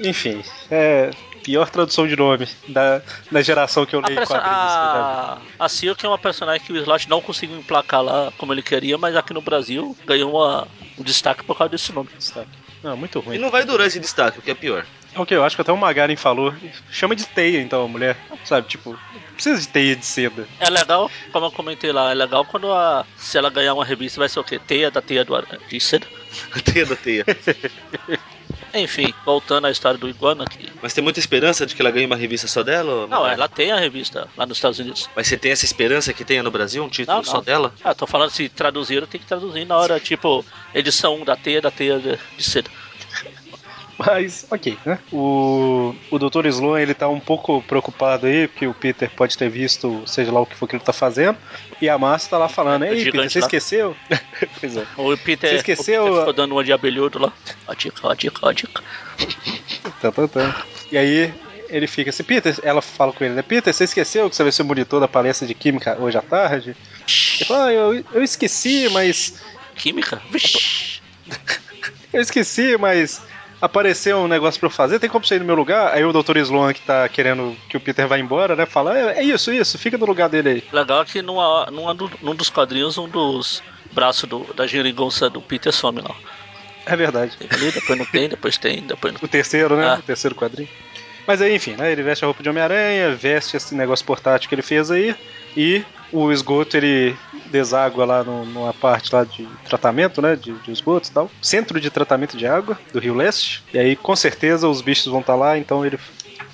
[SPEAKER 1] Enfim, é. Pior tradução de nome da, da geração que eu
[SPEAKER 3] A,
[SPEAKER 2] Ah,
[SPEAKER 1] leio
[SPEAKER 3] perso-
[SPEAKER 1] quadrinhos. que eu já vi.
[SPEAKER 3] a... a Silk é uma personagem que o Slot não conseguiu emplacar lá como ele queria, mas aqui no Brasil ganhou uma- um destaque por causa desse nome.
[SPEAKER 1] Destaque. Não, muito
[SPEAKER 2] E
[SPEAKER 1] ruim.
[SPEAKER 2] não vai durar esse destaque, o que é pior.
[SPEAKER 1] Ok, eu acho que até o Magarin falou. Chama de teia, então, a mulher. Sabe, tipo, não precisa de teia de seda.
[SPEAKER 3] É legal, como eu comentei lá, é legal quando a. Se ela ganhar uma revista, vai ser o quê? Teia da teia do aranha. de seda.
[SPEAKER 2] A teia da teia.
[SPEAKER 3] Enfim, voltando à história do Iguana aqui.
[SPEAKER 2] Mas tem muita esperança de que ela ganhe uma revista só dela? ou
[SPEAKER 3] Não, é ela tem a revista lá nos Estados Unidos.
[SPEAKER 2] Mas você tem essa esperança que tenha no Brasil um título
[SPEAKER 3] Não, não.
[SPEAKER 2] só dela?
[SPEAKER 3] Ah, tô falando se traduziram, tem que traduzir na hora, tipo, edição 1 da teia da teia de, de seda.
[SPEAKER 1] Mas, ok, né? O, o Dr. Sloan, ele tá um pouco preocupado aí, porque o Peter pode ter visto, seja lá o que for que ele tá fazendo. E a Márcia tá lá falando: Ei,
[SPEAKER 3] É gigante
[SPEAKER 1] Peter, você
[SPEAKER 3] lá.
[SPEAKER 1] esqueceu? pois é.
[SPEAKER 3] O Peter,
[SPEAKER 1] Você esqueceu
[SPEAKER 3] o Peter
[SPEAKER 1] a-
[SPEAKER 3] ficou dando uma de abelhudo lá. Ó, dica, ó, dica, ó, dica.
[SPEAKER 1] Tá, tá, tá. E aí. Ele fica assim, Peter, ela fala com ele, né? Peter, você esqueceu que você vai ser o monitor da palestra de química hoje à tarde? Ele fala, ah, eu, eu esqueci, mas
[SPEAKER 3] Química? Vixe.
[SPEAKER 1] Eu esqueci, mas apareceu um negócio pra eu fazer, tem como você ir no meu lugar? Aí o Dr. Sloan, que tá querendo que o Peter vá embora, né? Fala, é, é isso, isso, fica no lugar dele aí.
[SPEAKER 3] Legal que numa, numa do- num dos quadrinhos, um dos braços do, da geringonça do Peter some lá.
[SPEAKER 1] É verdade.
[SPEAKER 3] Tem ali, depois não tem, depois tem, depois não
[SPEAKER 1] O terceiro, né?
[SPEAKER 3] Ah.
[SPEAKER 1] O terceiro quadrinho. Mas aí, enfim, né? Ele veste a roupa de Homem-Aranha, veste esse negócio portátil que ele fez aí, e o esgoto ele deságua lá no- numa parte lá de tratamento, né? De, de esgoto e tal. Centro de tratamento de água do Rio Leste. E aí, com certeza, os bichos vão estar lá, então ele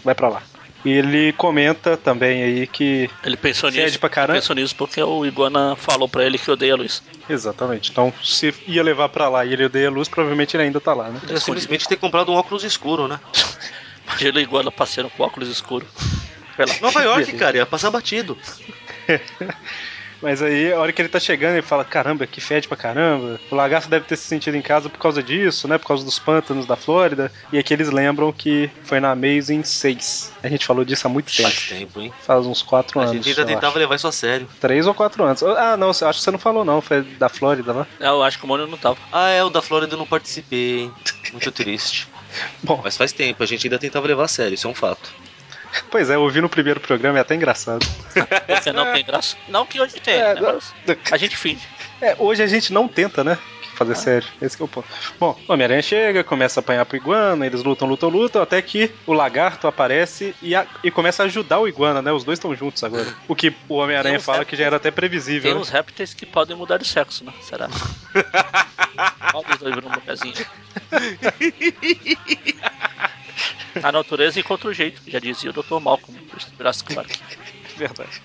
[SPEAKER 1] vai pra lá. E ele comenta também aí que
[SPEAKER 3] Ele pensou
[SPEAKER 1] Fede
[SPEAKER 3] nisso.
[SPEAKER 1] pra caramba.
[SPEAKER 3] Ele pensou nisso porque o Iguana falou pra ele que odeia a luz.
[SPEAKER 1] Exatamente. Então, se ia levar pra lá e ele odeia a luz, provavelmente ele ainda tá lá, né?
[SPEAKER 2] Podia É simplesmente ter comprado um óculos escuro, né?
[SPEAKER 3] Imagina o Iguana passeando com óculos escuros. Sei lá.
[SPEAKER 2] Nova York, cara, ia passar batido.
[SPEAKER 1] Mas aí, a hora que ele tá chegando, ele fala: caramba, que fede pra caramba. O lagarto deve ter se sentido em casa por causa disso, né? Por causa dos pântanos da Flórida. E aqui eles lembram que foi na Amazing 6. A gente falou disso há muito tempo.
[SPEAKER 2] Faz tempo, hein?
[SPEAKER 1] Faz uns 4
[SPEAKER 2] A
[SPEAKER 1] anos.
[SPEAKER 2] gente ainda
[SPEAKER 1] eu
[SPEAKER 2] tentava
[SPEAKER 1] acho.
[SPEAKER 2] levar isso a sério.
[SPEAKER 1] 3 ou 4 anos. Ah, não, eu acho que você não falou, não. Foi da Flórida lá.
[SPEAKER 3] É, Eu acho que o Mônio não tava.
[SPEAKER 2] Ah, é, o da Flórida eu não participei, hein? Muito triste.
[SPEAKER 1] Bom,
[SPEAKER 2] Mas faz tempo, a gente ainda tentava levar a sério, isso é um fato.
[SPEAKER 1] pois é, eu ouvi no primeiro programa, é até engraçado.
[SPEAKER 3] Porque não tem graça. Não que hoje tem,
[SPEAKER 1] É,
[SPEAKER 3] né?
[SPEAKER 1] não-
[SPEAKER 3] Mas a gente finge.
[SPEAKER 1] É, hoje a gente não tenta, né? Fazer sério. Esse que é o ponto. Bom, o Homem-Aranha chega, começa a apanhar pro Iguana, eles lutam, lutam, lutam, até que o lagarto aparece e, a- e começa a ajudar o Iguana, né? Os dois estão juntos agora. O que o Homem-Aranha
[SPEAKER 3] Tem um
[SPEAKER 1] fala
[SPEAKER 3] certo-
[SPEAKER 1] que já era até
[SPEAKER 3] Tem
[SPEAKER 1] previsível. né?
[SPEAKER 3] uns répteis que podem mudar de sexo, né? Será? Olha os dois viram um pezinho. A Tá natureza encontra o jeito, já dizia o Dr. Malcolm, Jurassic Park.
[SPEAKER 1] né? Verdade.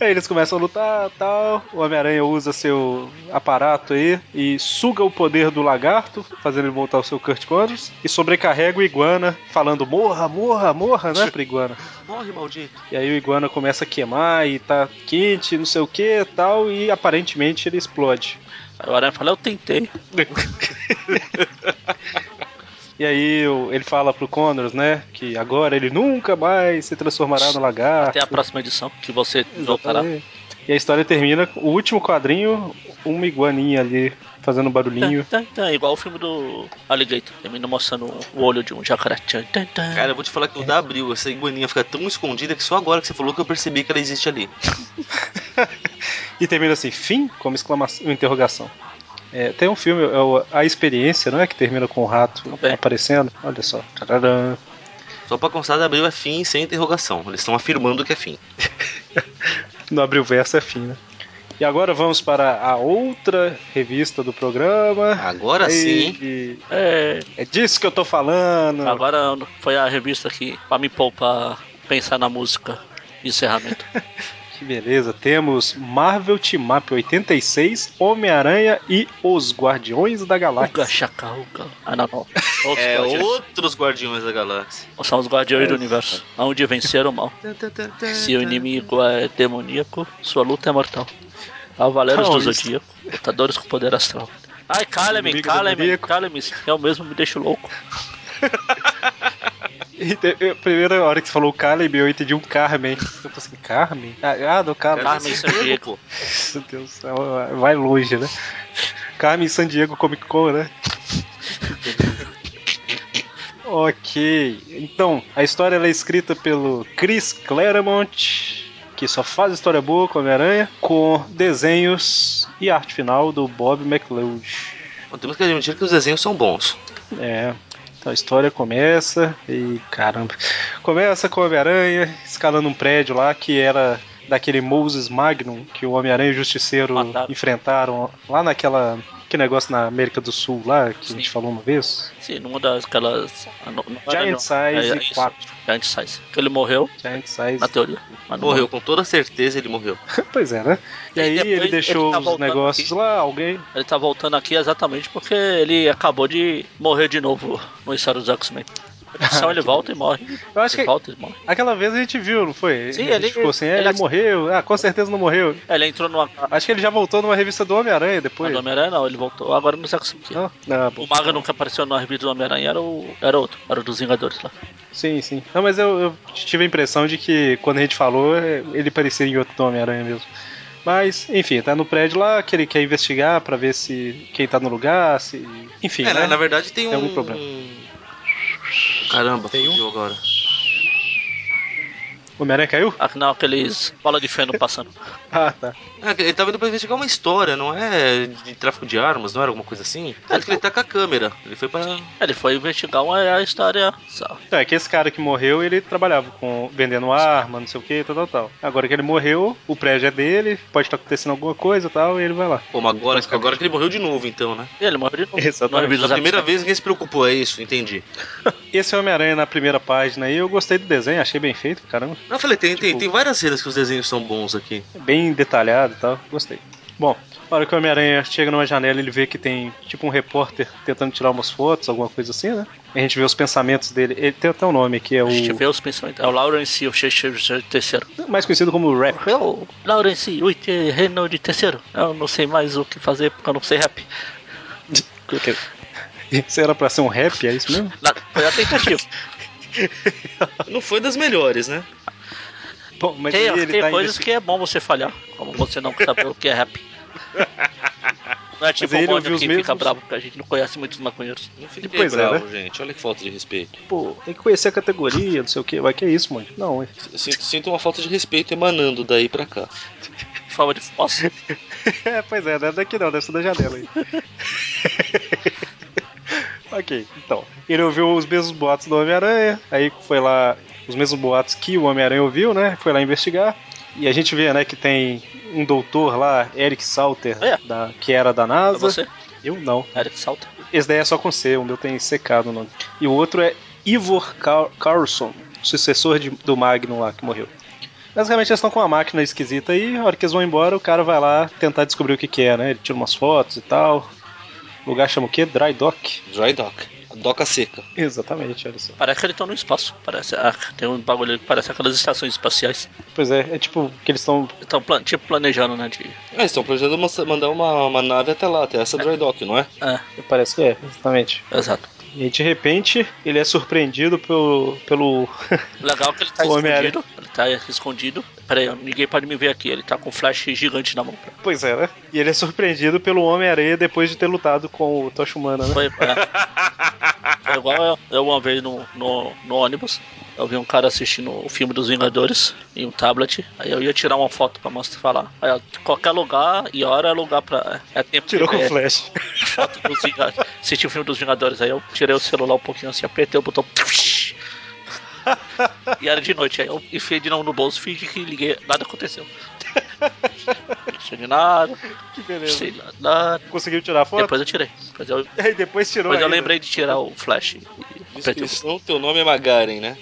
[SPEAKER 1] Aí eles começam a lutar tal. O Homem-Aranha usa seu aparato aí e suga o poder do lagarto, fazendo ele voltar ao seu Kurt Connors, e sobrecarrega o Iguana, falando morra, morra, morra, né, pro Iguana.
[SPEAKER 2] Morre, maldito.
[SPEAKER 1] E aí o iguana começa a queimar e tá quente, não sei o que tal, e aparentemente ele explode.
[SPEAKER 3] Aí o Aranha fala, eu tentei.
[SPEAKER 1] E aí o- ele fala pro Connors, né? Que agora ele nunca mais se transformará no lagarto.
[SPEAKER 3] Até a próxima edição que você voltará.
[SPEAKER 1] Exatamente. E a história termina com o último quadrinho, uma iguaninha ali fazendo um barulhinho.
[SPEAKER 3] Tan, tan, tan, igual o filme do Alligator, termina mostrando o olho de um jacaré. Tan, tan, tan.
[SPEAKER 2] Cara, eu vou te falar que o da Abril, essa iguaninha fica tão escondida que só agora que você falou que eu percebi que ela existe ali.
[SPEAKER 1] E termina assim, fim? Como exclamação, interrogação. É, tem um filme, é o A Experiência, não é? Que termina com o rato
[SPEAKER 3] Também.
[SPEAKER 1] aparecendo. Olha só. Tararã.
[SPEAKER 2] Só pra constar, da Abril é fim sem interrogação. Eles estão afirmando que é fim.
[SPEAKER 1] No abril verso é fim, né? E agora vamos para a outra revista do programa.
[SPEAKER 2] Agora sim, hein?
[SPEAKER 1] E-
[SPEAKER 3] É,
[SPEAKER 1] É disso que eu tô falando.
[SPEAKER 3] agora foi a revista que pra me poupar pensar na música de encerramento.
[SPEAKER 1] Que beleza. Temos Marvel Team Up 86, Homem-Aranha e Os Guardiões da
[SPEAKER 3] Uga,
[SPEAKER 1] Galáxia.
[SPEAKER 3] chaca, uga. Ah, não, não. Outros
[SPEAKER 2] É
[SPEAKER 3] guardiões.
[SPEAKER 2] outros Guardiões da Galáxia.
[SPEAKER 3] São os guardiões do universo, onde venceram o mal. Se o inimigo é demoníaco, sua luta é mortal. Cavaleiros
[SPEAKER 1] Não,
[SPEAKER 3] do
[SPEAKER 1] isso-
[SPEAKER 3] Zodíaco, lutadores com poder astral. Ai, calem-me,
[SPEAKER 1] Inimigo
[SPEAKER 3] calem-me,
[SPEAKER 1] demoníaco.
[SPEAKER 3] calem-me. Eu é mesmo me deixo louco.
[SPEAKER 1] E te- eu- primeira hora que você falou o Caleb, eu entendi um Carmen. Eu tô assim, Carmen? Ah, ah, do Carmen.
[SPEAKER 3] Carmen é
[SPEAKER 2] Esse
[SPEAKER 3] Sandiego.
[SPEAKER 2] mesmo, pô.
[SPEAKER 1] Meu Deus, vai longe, né? Carmen San Diego Comic Con, né? ok. Então, a história ela é escrita pelo Chris Claremont, que só faz história boa com Homem-Aranha, com desenhos e arte final do Bob McLeod.
[SPEAKER 2] Bom, Temos que admitir que os desenhos são bons.
[SPEAKER 1] É. Então a história começa e caramba. Começa com o Homem-Aranha escalando um prédio lá que era daquele Moses Magnum que o Homem-Aranha e o Justiceiro
[SPEAKER 3] Mataram.
[SPEAKER 1] enfrentaram lá naquela que negócio na América do Sul lá que a gente
[SPEAKER 3] Sim.
[SPEAKER 1] falou uma vez.
[SPEAKER 3] Sim, numa daquelas. ah, não- não era
[SPEAKER 1] Giant
[SPEAKER 3] não.
[SPEAKER 1] Size
[SPEAKER 3] É, é isso,
[SPEAKER 1] 4.
[SPEAKER 3] Giant Size. Que ele morreu,
[SPEAKER 1] Giant Size.
[SPEAKER 3] na teoria.
[SPEAKER 1] Tá
[SPEAKER 3] mas não
[SPEAKER 2] Morreu, com toda certeza ele morreu.
[SPEAKER 1] Pois é, né? E
[SPEAKER 3] E
[SPEAKER 1] aí
[SPEAKER 3] depois
[SPEAKER 1] ele
[SPEAKER 3] ele
[SPEAKER 1] deixou
[SPEAKER 3] tá
[SPEAKER 1] os
[SPEAKER 3] voltando
[SPEAKER 1] negócios
[SPEAKER 3] aqui.
[SPEAKER 1] lá, alguém
[SPEAKER 3] Ele tá voltando aqui exatamente porque ele acabou de morrer de novo no história dos X-Men. Então ele volta e morre.
[SPEAKER 1] Eu acho
[SPEAKER 3] ele
[SPEAKER 1] que-
[SPEAKER 3] volta e morre.
[SPEAKER 1] Aquela vez a gente viu, não foi?
[SPEAKER 3] Sim,
[SPEAKER 1] a gente
[SPEAKER 3] ele-
[SPEAKER 1] ficou assim, é, ele,
[SPEAKER 3] ele-
[SPEAKER 1] morreu. Ah, com certeza não morreu.
[SPEAKER 3] É, Ele entrou numa. Na
[SPEAKER 1] Acho que ele já voltou numa revista do Homem-Aranha depois.
[SPEAKER 3] do Homem-Aranha não, ele voltou. Agora não sei o que.
[SPEAKER 1] Não? Ah, bom.
[SPEAKER 3] O Maga nunca apareceu na revista do Homem-Aranha, era, o... era outro, era o dos Vingadores lá.
[SPEAKER 1] Sim, sim. Não, mas eu, eu tive a impressão de que quando a gente falou, é, ele parecia em outro Homem-Aranha mesmo. Mas, enfim, tá no prédio lá que ele quer investigar pra ver se quem tá no lugar, se. Enfim,
[SPEAKER 2] É,
[SPEAKER 1] né?
[SPEAKER 2] na verdade tem,
[SPEAKER 1] Tem
[SPEAKER 2] um.
[SPEAKER 1] algum problema.
[SPEAKER 2] Caramba,
[SPEAKER 1] Tem um?
[SPEAKER 2] fugiu agora.
[SPEAKER 1] O Homem-Aranha caiu?
[SPEAKER 3] Ah, não, aqueles bola de feno passando.
[SPEAKER 1] Ah, tá.
[SPEAKER 2] Ah, ele tava indo pra investigar uma história, não é de tráfico de armas, não era alguma coisa assim? Tanto que ele tá com a câmera. Ele foi pra.
[SPEAKER 3] Ele foi investigar uma a história. só.
[SPEAKER 1] Então, é que esse cara que morreu, ele trabalhava com vendendo arma, não sei o que, tal, tal, tal. Agora que ele morreu, o prédio é dele, pode estar acontecendo alguma coisa e tal, e ele vai lá.
[SPEAKER 2] Pô, mas agora, agora que ele morreu de novo, então, né?
[SPEAKER 3] E ele morreu de novo.
[SPEAKER 1] Exatamente.
[SPEAKER 3] Na revista
[SPEAKER 2] Pela
[SPEAKER 3] dos
[SPEAKER 2] primeira
[SPEAKER 3] X-Men.
[SPEAKER 2] vez ninguém se preocupou, é isso, entendi.
[SPEAKER 1] Esse Homem-Aranha na primeira página aí, eu gostei do desenho, achei bem feito, caramba.
[SPEAKER 2] Não, eu falei, tem, tem,
[SPEAKER 1] Tipo-
[SPEAKER 2] tem várias cenas que os desenhos são bons aqui.
[SPEAKER 1] bem detalhado e tal. Gostei. Bom, na hora que o Homem-Aranha chega numa janela, ele vê que tem tipo um repórter tentando tirar umas fotos, alguma coisa assim, né? A gente vê os pensamentos dele. Ele tem até um nome que é o.
[SPEAKER 3] A gente vê os pensamentos. É o Lawrence e o Shakespeare terceiro.
[SPEAKER 1] Mais conhecido como Rap.
[SPEAKER 3] Eu, Lawrence, Witt, Renault de terceiro. Eu não sei mais o que fazer porque eu não sei rap.
[SPEAKER 1] Isso era pra ser um rap, é isso mesmo?
[SPEAKER 3] Na- Foi a tentativa.
[SPEAKER 2] Não foi das melhores, né?
[SPEAKER 1] Bom, mas
[SPEAKER 3] tem
[SPEAKER 1] aí ele
[SPEAKER 3] tem
[SPEAKER 1] tá
[SPEAKER 3] coisas
[SPEAKER 1] investigando.
[SPEAKER 3] que é bom você falhar, como você não saber o que é rap. Não é tipo
[SPEAKER 1] ele
[SPEAKER 3] o Mônio que
[SPEAKER 1] ouviu os
[SPEAKER 3] fica
[SPEAKER 1] mesmos-
[SPEAKER 3] bravo, porque a gente não conhece muitos maconheiros.
[SPEAKER 2] Não fiquei
[SPEAKER 1] Pois é,
[SPEAKER 2] bravo,
[SPEAKER 1] né?
[SPEAKER 2] gente. Olha que falta de respeito.
[SPEAKER 1] Pô, tem que conhecer a categoria, não sei o que. Vai que é isso, mano. Não, é.
[SPEAKER 2] Sinto, sinto uma falta de respeito emanando daí pra cá.
[SPEAKER 3] Fala de posse.
[SPEAKER 1] É, pois é, não é daqui não, deve ser da janela aí. ok, então. Ele ouviu os mesmos boatos do Homem-Aranha, aí foi lá, os mesmos boatos que o Homem-Aranha ouviu, né? Foi lá investigar. E a gente vê, né, que tem um doutor lá, Eric Salter,
[SPEAKER 3] É.
[SPEAKER 1] da- que era da
[SPEAKER 3] É
[SPEAKER 1] NASA.
[SPEAKER 3] você,
[SPEAKER 1] Eu não.
[SPEAKER 3] Eric Salta.
[SPEAKER 1] Esse daí é só com C, o meu tem secado o nome. E o outro é Ivor Car- Carlson, sucessor de- do Magnum lá que morreu. Basicamente eles estão com uma máquina esquisita aí, a hora que eles vão embora, o cara vai lá tentar descobrir o que, que é, né? Ele tira umas fotos e tal. O lugar chama o quê? Dry Dock?
[SPEAKER 2] Dry dock. A doca seca.
[SPEAKER 1] Exatamente, olha só.
[SPEAKER 3] Parece que eles estão no espaço. Parece, ah, tem um bagulho que parece aquelas estações espaciais.
[SPEAKER 1] Pois é, é tipo que eles estão.
[SPEAKER 3] Estão plan- tipo planejando, né? De,
[SPEAKER 2] Ah, eles estão planejando uma- mandar uma, uma nave até lá, até essa dry dock, não é?
[SPEAKER 3] é,
[SPEAKER 1] Parece que é, exatamente.
[SPEAKER 3] exato.
[SPEAKER 1] E aí, de repente, ele é surpreendido pelo. pelo
[SPEAKER 3] Legal que ele tá
[SPEAKER 1] O Homem-Aranha.
[SPEAKER 3] escondido. Ele tá escondido. Peraí, ninguém pode me ver aqui. Ele tá com um flash gigante na mão.
[SPEAKER 1] pois é, né? E ele é surpreendido pelo Homem-Areia depois de ter lutado com o Tocha Humana, né?
[SPEAKER 3] Foi, é. Foi igual eu, eu uma vez no, no, no ônibus. Eu vi um cara assistindo o filme dos Vingadores em um tablet. Aí eu ia tirar uma foto pra mostrar falar. Aí, ó, qualquer lugar e hora é lugar pra. É tempo
[SPEAKER 1] Tirou
[SPEAKER 3] de
[SPEAKER 1] com o
[SPEAKER 3] ver
[SPEAKER 1] Flash.
[SPEAKER 3] foto dos Vingadores. Assisti o filme dos Vingadores. Aí eu tirei o celular um pouquinho assim, apertei o botão. E era de noite. Aí eu enfiei de novo no bolso, fingi que liguei. Nada aconteceu. Não sei de nada,
[SPEAKER 1] que
[SPEAKER 3] não
[SPEAKER 1] beleza.
[SPEAKER 3] sei de nada.
[SPEAKER 1] Conseguiu tirar a foto?
[SPEAKER 3] Depois eu tirei. Depois eu,
[SPEAKER 1] E aí depois tirou
[SPEAKER 3] depois eu
[SPEAKER 1] ainda.
[SPEAKER 3] lembrei de tirar o flash. e- e apertei o
[SPEAKER 2] Descrição, teu nome é Magaren, né?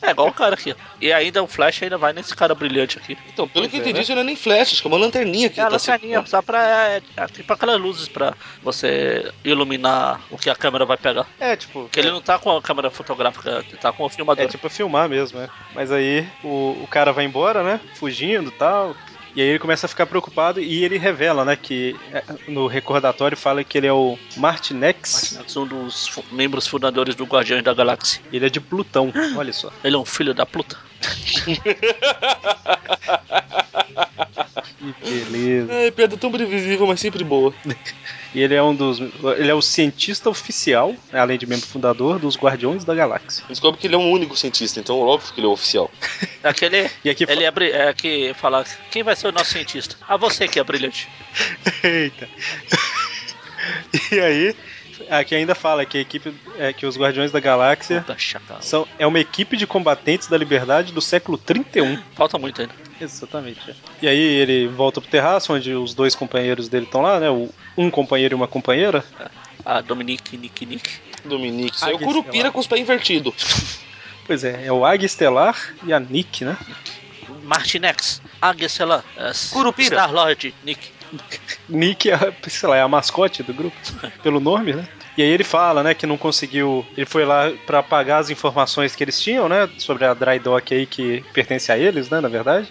[SPEAKER 3] É igual o cara aqui. E ainda o Flash ainda vai nesse cara brilhante aqui.
[SPEAKER 2] Então, pelo
[SPEAKER 1] Pois
[SPEAKER 2] que
[SPEAKER 1] é,
[SPEAKER 2] eu entendi,
[SPEAKER 1] né?
[SPEAKER 2] isso não é nem flash, acho que é uma lanterninha que
[SPEAKER 3] É a
[SPEAKER 2] ele tá
[SPEAKER 3] lanterninha,
[SPEAKER 2] segurando.
[SPEAKER 3] só pra. É, é, tipo aquelas luzes pra você iluminar o que a câmera vai pegar.
[SPEAKER 1] É, tipo.
[SPEAKER 3] Porque ele não tá com a câmera fotográfica, ele tá com o filmador.
[SPEAKER 1] É tipo filmar mesmo, né? Mas aí o, o cara vai embora, né? Fugindo e tal. E aí ele começa a ficar preocupado e ele revela, né? Que é, no recordatório fala que ele é o Martinex.
[SPEAKER 3] Um dos fu- membros fundadores do Guardiões da Galáxia.
[SPEAKER 1] Ele é de Plutão, olha só.
[SPEAKER 3] Ele é um filho da puta.
[SPEAKER 1] Que beleza.
[SPEAKER 2] É, piada tão previsível, mas sempre boa.
[SPEAKER 1] E ele é um dos. Ele é o cientista oficial, né, além de membro fundador, dos Guardiões da Galáxia.
[SPEAKER 2] Descobre que ele é um único cientista, então óbvio que ele é oficial.
[SPEAKER 3] Aquele.
[SPEAKER 1] E aqui
[SPEAKER 3] Ele é, bri- é que fala: quem vai ser o nosso cientista? Ah, você que é brilhante.
[SPEAKER 1] Eita. e aí, aqui ainda fala que a equipe. É, que os Guardiões da Galáxia
[SPEAKER 3] Puta chacal.
[SPEAKER 1] São, é uma equipe de combatentes da liberdade do século 31.
[SPEAKER 3] Falta muito ainda.
[SPEAKER 1] Exatamente. E aí ele volta pro terraço, onde os dois companheiros dele estão lá, né? O- Um companheiro e uma companheira.
[SPEAKER 3] Ah, Dominique, Nick, Nick.
[SPEAKER 2] Dominique, isso
[SPEAKER 1] Ah,
[SPEAKER 2] aí é o
[SPEAKER 1] que
[SPEAKER 2] Curupira
[SPEAKER 1] estrela.
[SPEAKER 2] com os pés invertidos.
[SPEAKER 1] Pois é, é o Águia Estelar e a Nick, né?
[SPEAKER 3] Martinex, Águia, sei lá. é,
[SPEAKER 2] Curupira.
[SPEAKER 3] Star-Lord, Nick.
[SPEAKER 1] Nick é, a- sei lá, é a mascote do grupo, pelo nome, né? E aí ele fala, né, que não conseguiu. Ele foi lá pra apagar as informações que eles tinham, né? Sobre a Dry Dock aí que pertence a eles, né? Na verdade.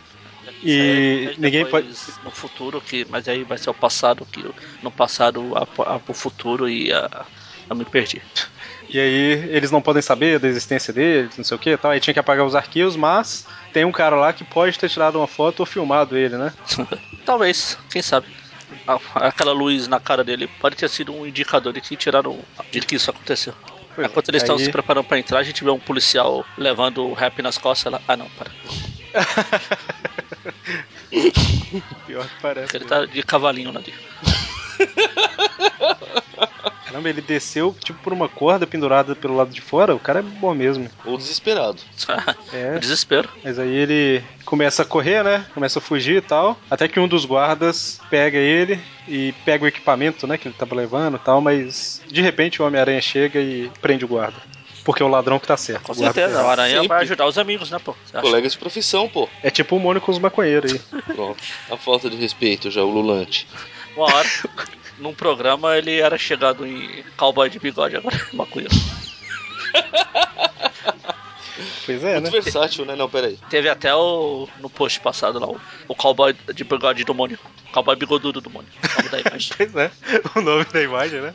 [SPEAKER 1] E
[SPEAKER 3] Aí
[SPEAKER 1] ninguém
[SPEAKER 3] depois, no futuro que mas aí vai ser o passado que eu- no passado a, a, pro futuro e a, eu me perdi
[SPEAKER 1] E aí eles não podem saber da existência deles, não sei o que tal. Aí tinha que apagar os arquivos, mas tem um cara lá que pode ter tirado uma foto ou filmado ele, né?
[SPEAKER 3] talvez quem sabe A- aquela luz na cara dele pode ter sido um indicador de que tiraram de que isso aconteceu
[SPEAKER 1] Pois é,
[SPEAKER 3] enquanto eles estão
[SPEAKER 1] aí-
[SPEAKER 3] se preparando pra entrar a gente vê um policial levando o rap nas costas lá ah não para
[SPEAKER 1] Pior que parece.
[SPEAKER 3] ele tá de cavalinho né? tá-
[SPEAKER 1] Caramba, ele desceu tipo por uma corda pendurada pelo lado de fora. O cara é bom mesmo.
[SPEAKER 2] Ou desesperado.
[SPEAKER 1] É.
[SPEAKER 3] O desespero
[SPEAKER 1] Mas aí ele começa a correr, né? Começa a fugir e tal. Até que um dos guardas pega ele e pega o equipamento, né? Que ele tava levando e tal. Mas de repente o Homem-Aranha chega e prende o guarda. Porque é o ladrão que tá certo.
[SPEAKER 3] com
[SPEAKER 1] O guarda
[SPEAKER 3] certeza
[SPEAKER 1] tá
[SPEAKER 3] a aranha
[SPEAKER 2] Sempre.
[SPEAKER 3] vai ajudar os amigos né pô Você acha?
[SPEAKER 2] Colega de profissão, pô.
[SPEAKER 1] errado. É tipo o Mônico com os maconheiros aí.
[SPEAKER 2] Pronto. A falta de respeito já, o Lulante.
[SPEAKER 3] Uma hora, num programa, ele era chegado em cowboy de bigode, agora é maconha.
[SPEAKER 1] Pois é, né?
[SPEAKER 2] Muito versátil, né? Não, peraí.
[SPEAKER 3] Teve até o, no post passado lá, o, o cowboy de bigode do Mônio. Cowboy bigodudo do Mônio. o nome da imagem.
[SPEAKER 1] Pois é, o nome da imagem, né?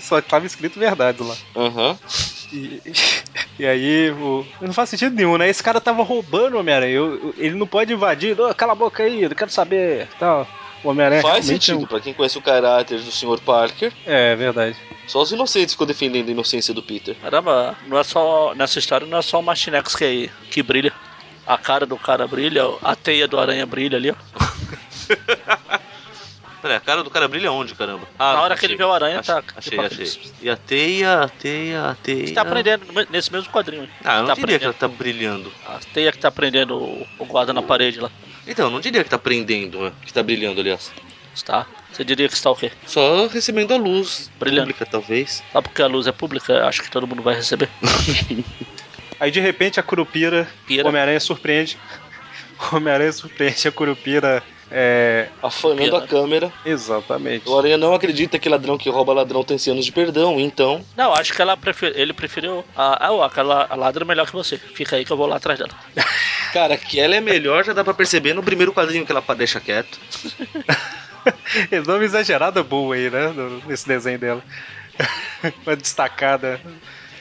[SPEAKER 1] Só tava escrito verdade lá.
[SPEAKER 2] Aham.
[SPEAKER 1] E, e aí, o, não faz sentido nenhum, né? Esse cara tava roubando o Homem-Aranha. eu- eu- Ele não pode invadir. Ô, cala a boca aí, eu quero saber. Tal. O Homem-Aranha
[SPEAKER 2] Faz
[SPEAKER 1] realmente é um-
[SPEAKER 2] sentido, pra quem conhece o caráter do Sr. Parker,
[SPEAKER 1] É, verdade.
[SPEAKER 2] só os inocentes ficam defendendo a inocência do Peter.
[SPEAKER 3] Caramba, não é só, nessa história não é só o Martinex que, que brilha. A cara do cara brilha, a teia do aranha brilha ali, ó.
[SPEAKER 2] Peraí, a cara do cara brilha onde, caramba? Ah,
[SPEAKER 3] Na hora que ele vê o aranha, tá.
[SPEAKER 2] Achei, achei. E a teia, a teia, a teia.
[SPEAKER 3] Ele tá aprendendo no me- nesse mesmo quadrinho.
[SPEAKER 2] Ah, eu não
[SPEAKER 3] tá
[SPEAKER 2] diria
[SPEAKER 3] aprendendo.
[SPEAKER 2] que ela tá brilhando.
[SPEAKER 3] A teia que tá prendendo o, o guarda na parede lá.
[SPEAKER 2] Então, eu não diria que tá prendendo, né? que tá brilhando, aliás.
[SPEAKER 3] Está. Você diria que está o quê?
[SPEAKER 2] Só recebendo a luz
[SPEAKER 3] Brilhando.
[SPEAKER 2] pública, talvez.
[SPEAKER 3] Só porque a luz é pública, acho que todo mundo vai receber.
[SPEAKER 1] Aí de repente a Curupira.
[SPEAKER 3] Pira.
[SPEAKER 1] O Homem-Aranha surpreende. O Homem-Aranha surpreende a Curupira. É.
[SPEAKER 2] Afanando a
[SPEAKER 3] Pena.
[SPEAKER 2] câmera.
[SPEAKER 1] Exatamente.
[SPEAKER 2] O Aranha não acredita que ladrão que rouba ladrão tem 100 anos de perdão, então.
[SPEAKER 3] Não, acho que ela prefer... ele preferiu. Ah, ah, ó, aquela a ladra é melhor que você. Fica aí que eu vou lá atrás dela.
[SPEAKER 2] Cara, que ela é melhor já dá pra perceber no primeiro quadrinho que ela pa- deixa quieto.
[SPEAKER 1] É Eles dão uma exagerada boa aí, né? no- Nesse desenho dela. uma destacada.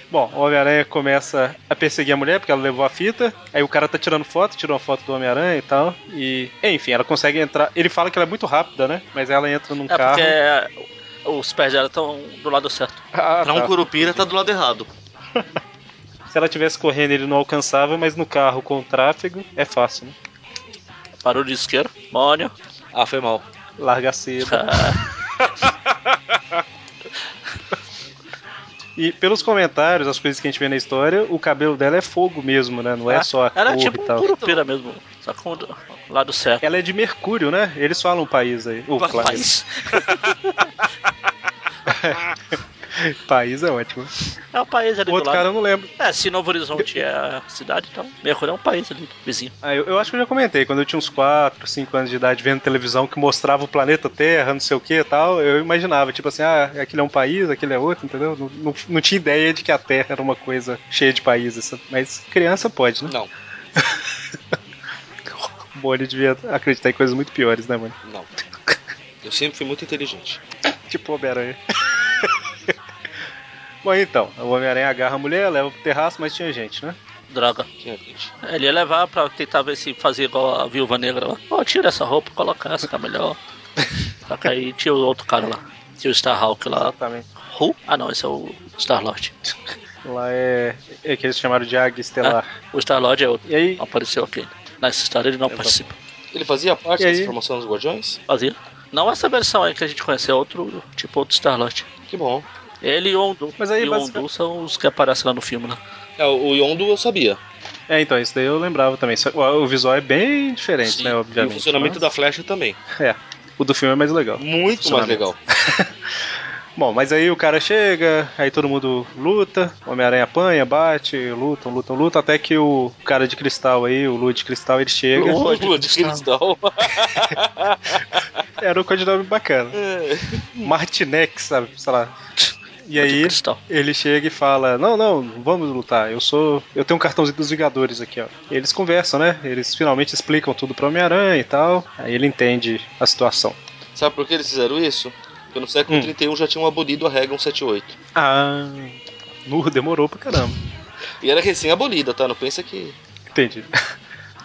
[SPEAKER 1] Bom, o Homem-Aranha começa a perseguir a mulher porque ela levou a fita. Aí o cara tá tirando foto, tirou uma foto do Homem-Aranha e tal. E, enfim, ela consegue entrar. Ele fala que ela é muito rápida, né? Mas ela entra
[SPEAKER 2] Um
[SPEAKER 1] num
[SPEAKER 3] É
[SPEAKER 1] carro.
[SPEAKER 3] porque é, os pés dela estão do lado certo.
[SPEAKER 1] Ah,
[SPEAKER 2] Pra um
[SPEAKER 1] tá.
[SPEAKER 2] curupira tá do lado errado.
[SPEAKER 1] Se ela tivesse correndo, ele não alcançava, mas no carro com o tráfego é fácil, né?
[SPEAKER 3] Barulho de isqueiro, mônio. Ah.
[SPEAKER 2] Ah, foi mal.
[SPEAKER 1] Larga cedo. E pelos comentários, as coisas que a gente vê na história, o cabelo dela é fogo mesmo, né? Não é só a
[SPEAKER 3] Ela é
[SPEAKER 1] cor
[SPEAKER 3] tipo
[SPEAKER 1] e
[SPEAKER 3] um
[SPEAKER 1] tal.
[SPEAKER 3] curupira mesmo, só com o do- lado certo.
[SPEAKER 1] Ela é um de Mercúrio, né? Eles falam o país aí. O planeta. país.
[SPEAKER 3] País.
[SPEAKER 1] país é ótimo.
[SPEAKER 3] É o país ali
[SPEAKER 1] O outro
[SPEAKER 3] do
[SPEAKER 1] cara um eu não
[SPEAKER 3] lado.
[SPEAKER 1] lembro.
[SPEAKER 3] É, se Novo Horizonte é a cidade, então Mercúrio é um país ali, vizinho.
[SPEAKER 1] Ah, eu, eu acho que eu já comentei, quando eu tinha uns 4, 5 anos de idade vendo televisão que mostrava o planeta Terra, não sei o que e tal, eu imaginava, tipo assim, ah, aquele é um país, aquele é outro, entendeu? Não, não, não tinha ideia de que a Terra era uma coisa cheia de países, sabe? mas criança pode, né?
[SPEAKER 2] Não,
[SPEAKER 1] Bom, ele devia acreditar em coisas muito piores, né, mano?
[SPEAKER 2] não. Eu sempre fui muito inteligente.
[SPEAKER 1] Tipo Homem-Aranha. Bom, então, o Homem-Aranha agarra a mulher, leva pro terraço, mas tinha gente, né?
[SPEAKER 3] Droga.
[SPEAKER 2] Tinha é gente.
[SPEAKER 3] Ele ia levar pra tentar ver se fazia igual a viúva negra lá. Pô, tira essa roupa, coloca essa que é melhor. Só que aí tinha o outro cara lá. Tinha o Starhawk lá.
[SPEAKER 1] Exatamente.
[SPEAKER 3] Who? Ah não, esse é o Star-Lord.
[SPEAKER 1] Lá é, é que eles chamaram de Águia Estelar.
[SPEAKER 3] O Star-Lord é outro.
[SPEAKER 1] E aí,
[SPEAKER 3] Não apareceu aqui. Nessa história ele não participa.
[SPEAKER 2] Ele fazia parte
[SPEAKER 1] E aí?
[SPEAKER 2] dessa formação dos Guardiões?
[SPEAKER 3] Fazia. Não essa versão aí que a gente conhece, é outro, tipo outro Star-Lord.
[SPEAKER 2] Que bom.
[SPEAKER 3] Ele e o Ondu.
[SPEAKER 1] Mas aí,
[SPEAKER 3] e o
[SPEAKER 1] basic-
[SPEAKER 3] Ondu são os que aparecem lá no filme, né?
[SPEAKER 2] É, o Yondu eu sabia.
[SPEAKER 1] É, então, isso daí eu lembrava também. Só- O o visual é bem diferente,
[SPEAKER 2] Sim.
[SPEAKER 1] né,
[SPEAKER 2] E o
[SPEAKER 1] obviamente.
[SPEAKER 2] funcionamento da flecha também.
[SPEAKER 1] Mas- É, o do filme é mais legal.
[SPEAKER 2] Muito mais legal.
[SPEAKER 1] Bom, mas aí o cara chega, aí todo mundo luta, Homem-Aranha apanha, bate, lutam, lutam, lutam, até que o cara de cristal aí, o Lua de Cristal, ele chega.
[SPEAKER 3] Lu-
[SPEAKER 2] Lua de, cristal.
[SPEAKER 1] Era um codinome bacana.
[SPEAKER 2] É. Hum.
[SPEAKER 1] Martinex, sabe? Sei lá. E
[SPEAKER 3] De
[SPEAKER 1] aí
[SPEAKER 3] cristal.
[SPEAKER 1] ele chega e fala: Não, não, vamos lutar. Eu sou. Eu tenho um cartãozinho dos Vingadores aqui, ó. Eles conversam, né? Eles finalmente explicam tudo pro Homem-Aranha e tal. Aí ele entende a situação.
[SPEAKER 2] Sabe por que eles fizeram isso? Porque no século
[SPEAKER 1] Hum.
[SPEAKER 2] 31 já tinham abolido a regra 178.
[SPEAKER 1] Ah, nu, demorou pra caramba.
[SPEAKER 2] E era recém-abolida, tá? Não pensa que.
[SPEAKER 1] Entendi.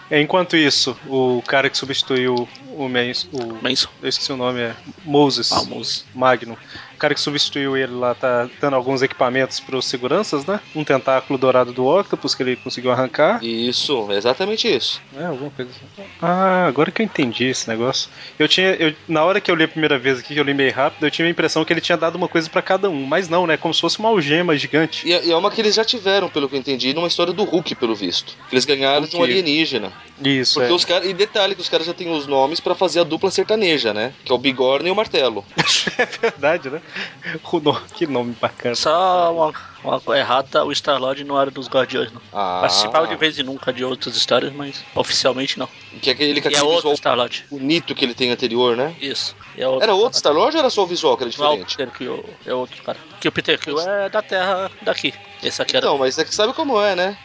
[SPEAKER 1] Enquanto isso, o cara que substituiu o, Mens, o
[SPEAKER 3] Manson.
[SPEAKER 1] eu esqueci o nome, é Moses
[SPEAKER 3] Ah, o Moses.
[SPEAKER 1] Magnum. O cara que substituiu ele lá tá dando alguns equipamentos pros seguranças, né? Um tentáculo dourado do Octopus que ele conseguiu arrancar,
[SPEAKER 2] Isso, é exatamente isso.
[SPEAKER 1] né? Alguma coisa assim. Ah, agora que eu entendi esse negócio. Eu tinha, eu, na hora que eu li a primeira vez aqui, que eu li meio rápido, eu tive a impressão que ele tinha dado uma coisa pra cada um, mas não, né? Como se fosse uma algema gigante.
[SPEAKER 2] E é e é uma que eles já tiveram, pelo que eu entendi, numa história do Hulk, pelo visto. Que eles ganharam de um
[SPEAKER 1] Hulk.
[SPEAKER 2] alienígena.
[SPEAKER 1] Isso,
[SPEAKER 2] Porque
[SPEAKER 1] é.
[SPEAKER 2] os caras. E detalhe que os caras já têm os nomes pra fazer a dupla sertaneja, né? Que é o Bigorna e o Martelo.
[SPEAKER 1] é verdade, né? O nome- que nome bacana.
[SPEAKER 3] É Só uma, uma coisa errada, o Star-Lord não era dos Guardiões, não.
[SPEAKER 2] Ah,
[SPEAKER 3] Participava de vez em nunca de outras histórias, mas oficialmente não.
[SPEAKER 2] Que é aquele que
[SPEAKER 3] E é outro Star-Lord.
[SPEAKER 2] bonito que ele tem anterior, né?
[SPEAKER 3] Isso. E é outro
[SPEAKER 2] Era outro Star-Lord ou era só o visual que era
[SPEAKER 3] Não é o
[SPEAKER 2] diferente?
[SPEAKER 3] Peter Quill, é outro cara. Que o Peter Quill é da terra daqui. Esse aqui era.
[SPEAKER 2] Não, mas é que sabe como é, né?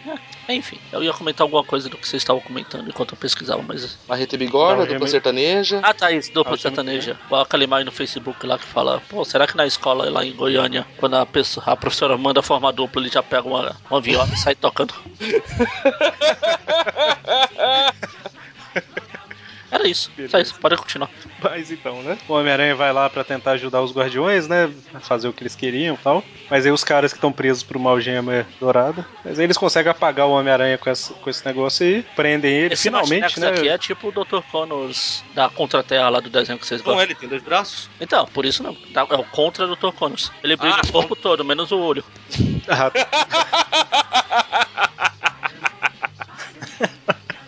[SPEAKER 3] É, Enfim, eu ia comentar alguma coisa do que vocês estavam comentando enquanto eu pesquisava, mas.
[SPEAKER 2] Marreta e Bigorna,
[SPEAKER 1] Não,
[SPEAKER 2] dupla
[SPEAKER 1] realmente-
[SPEAKER 2] sertaneja.
[SPEAKER 3] Ah, tá isso,
[SPEAKER 1] Ah,
[SPEAKER 3] dupla
[SPEAKER 1] eu também-
[SPEAKER 3] sertaneja. Coloca ali mais no Facebook lá que fala: pô, será que na escola lá em Goiânia, quando a, pessoa, a professora manda formar dupla, ele já pega uma, uma viola e sai tocando? Era isso, só isso, pode continuar.
[SPEAKER 1] Mas então, né? O Homem-Aranha vai lá pra tentar ajudar os guardiões, né? A fazer o que eles queriam e tal. Mas aí os caras que estão presos por uma algema dourada. Mas aí eles conseguem apagar o Homem-Aranha com, essa- com esse negócio aí. Prendem ele,
[SPEAKER 3] Esse
[SPEAKER 1] finalmente,
[SPEAKER 3] Martinex
[SPEAKER 1] né?
[SPEAKER 3] aqui é tipo o Dr. Connors da Contraterra lá do desenho que vocês gostam.
[SPEAKER 2] ele tem dois braços?
[SPEAKER 3] Então, por isso não. Tá- É o contra do Dr. Connors. Ele brilha
[SPEAKER 2] Ah.
[SPEAKER 3] o corpo todo, menos o olho.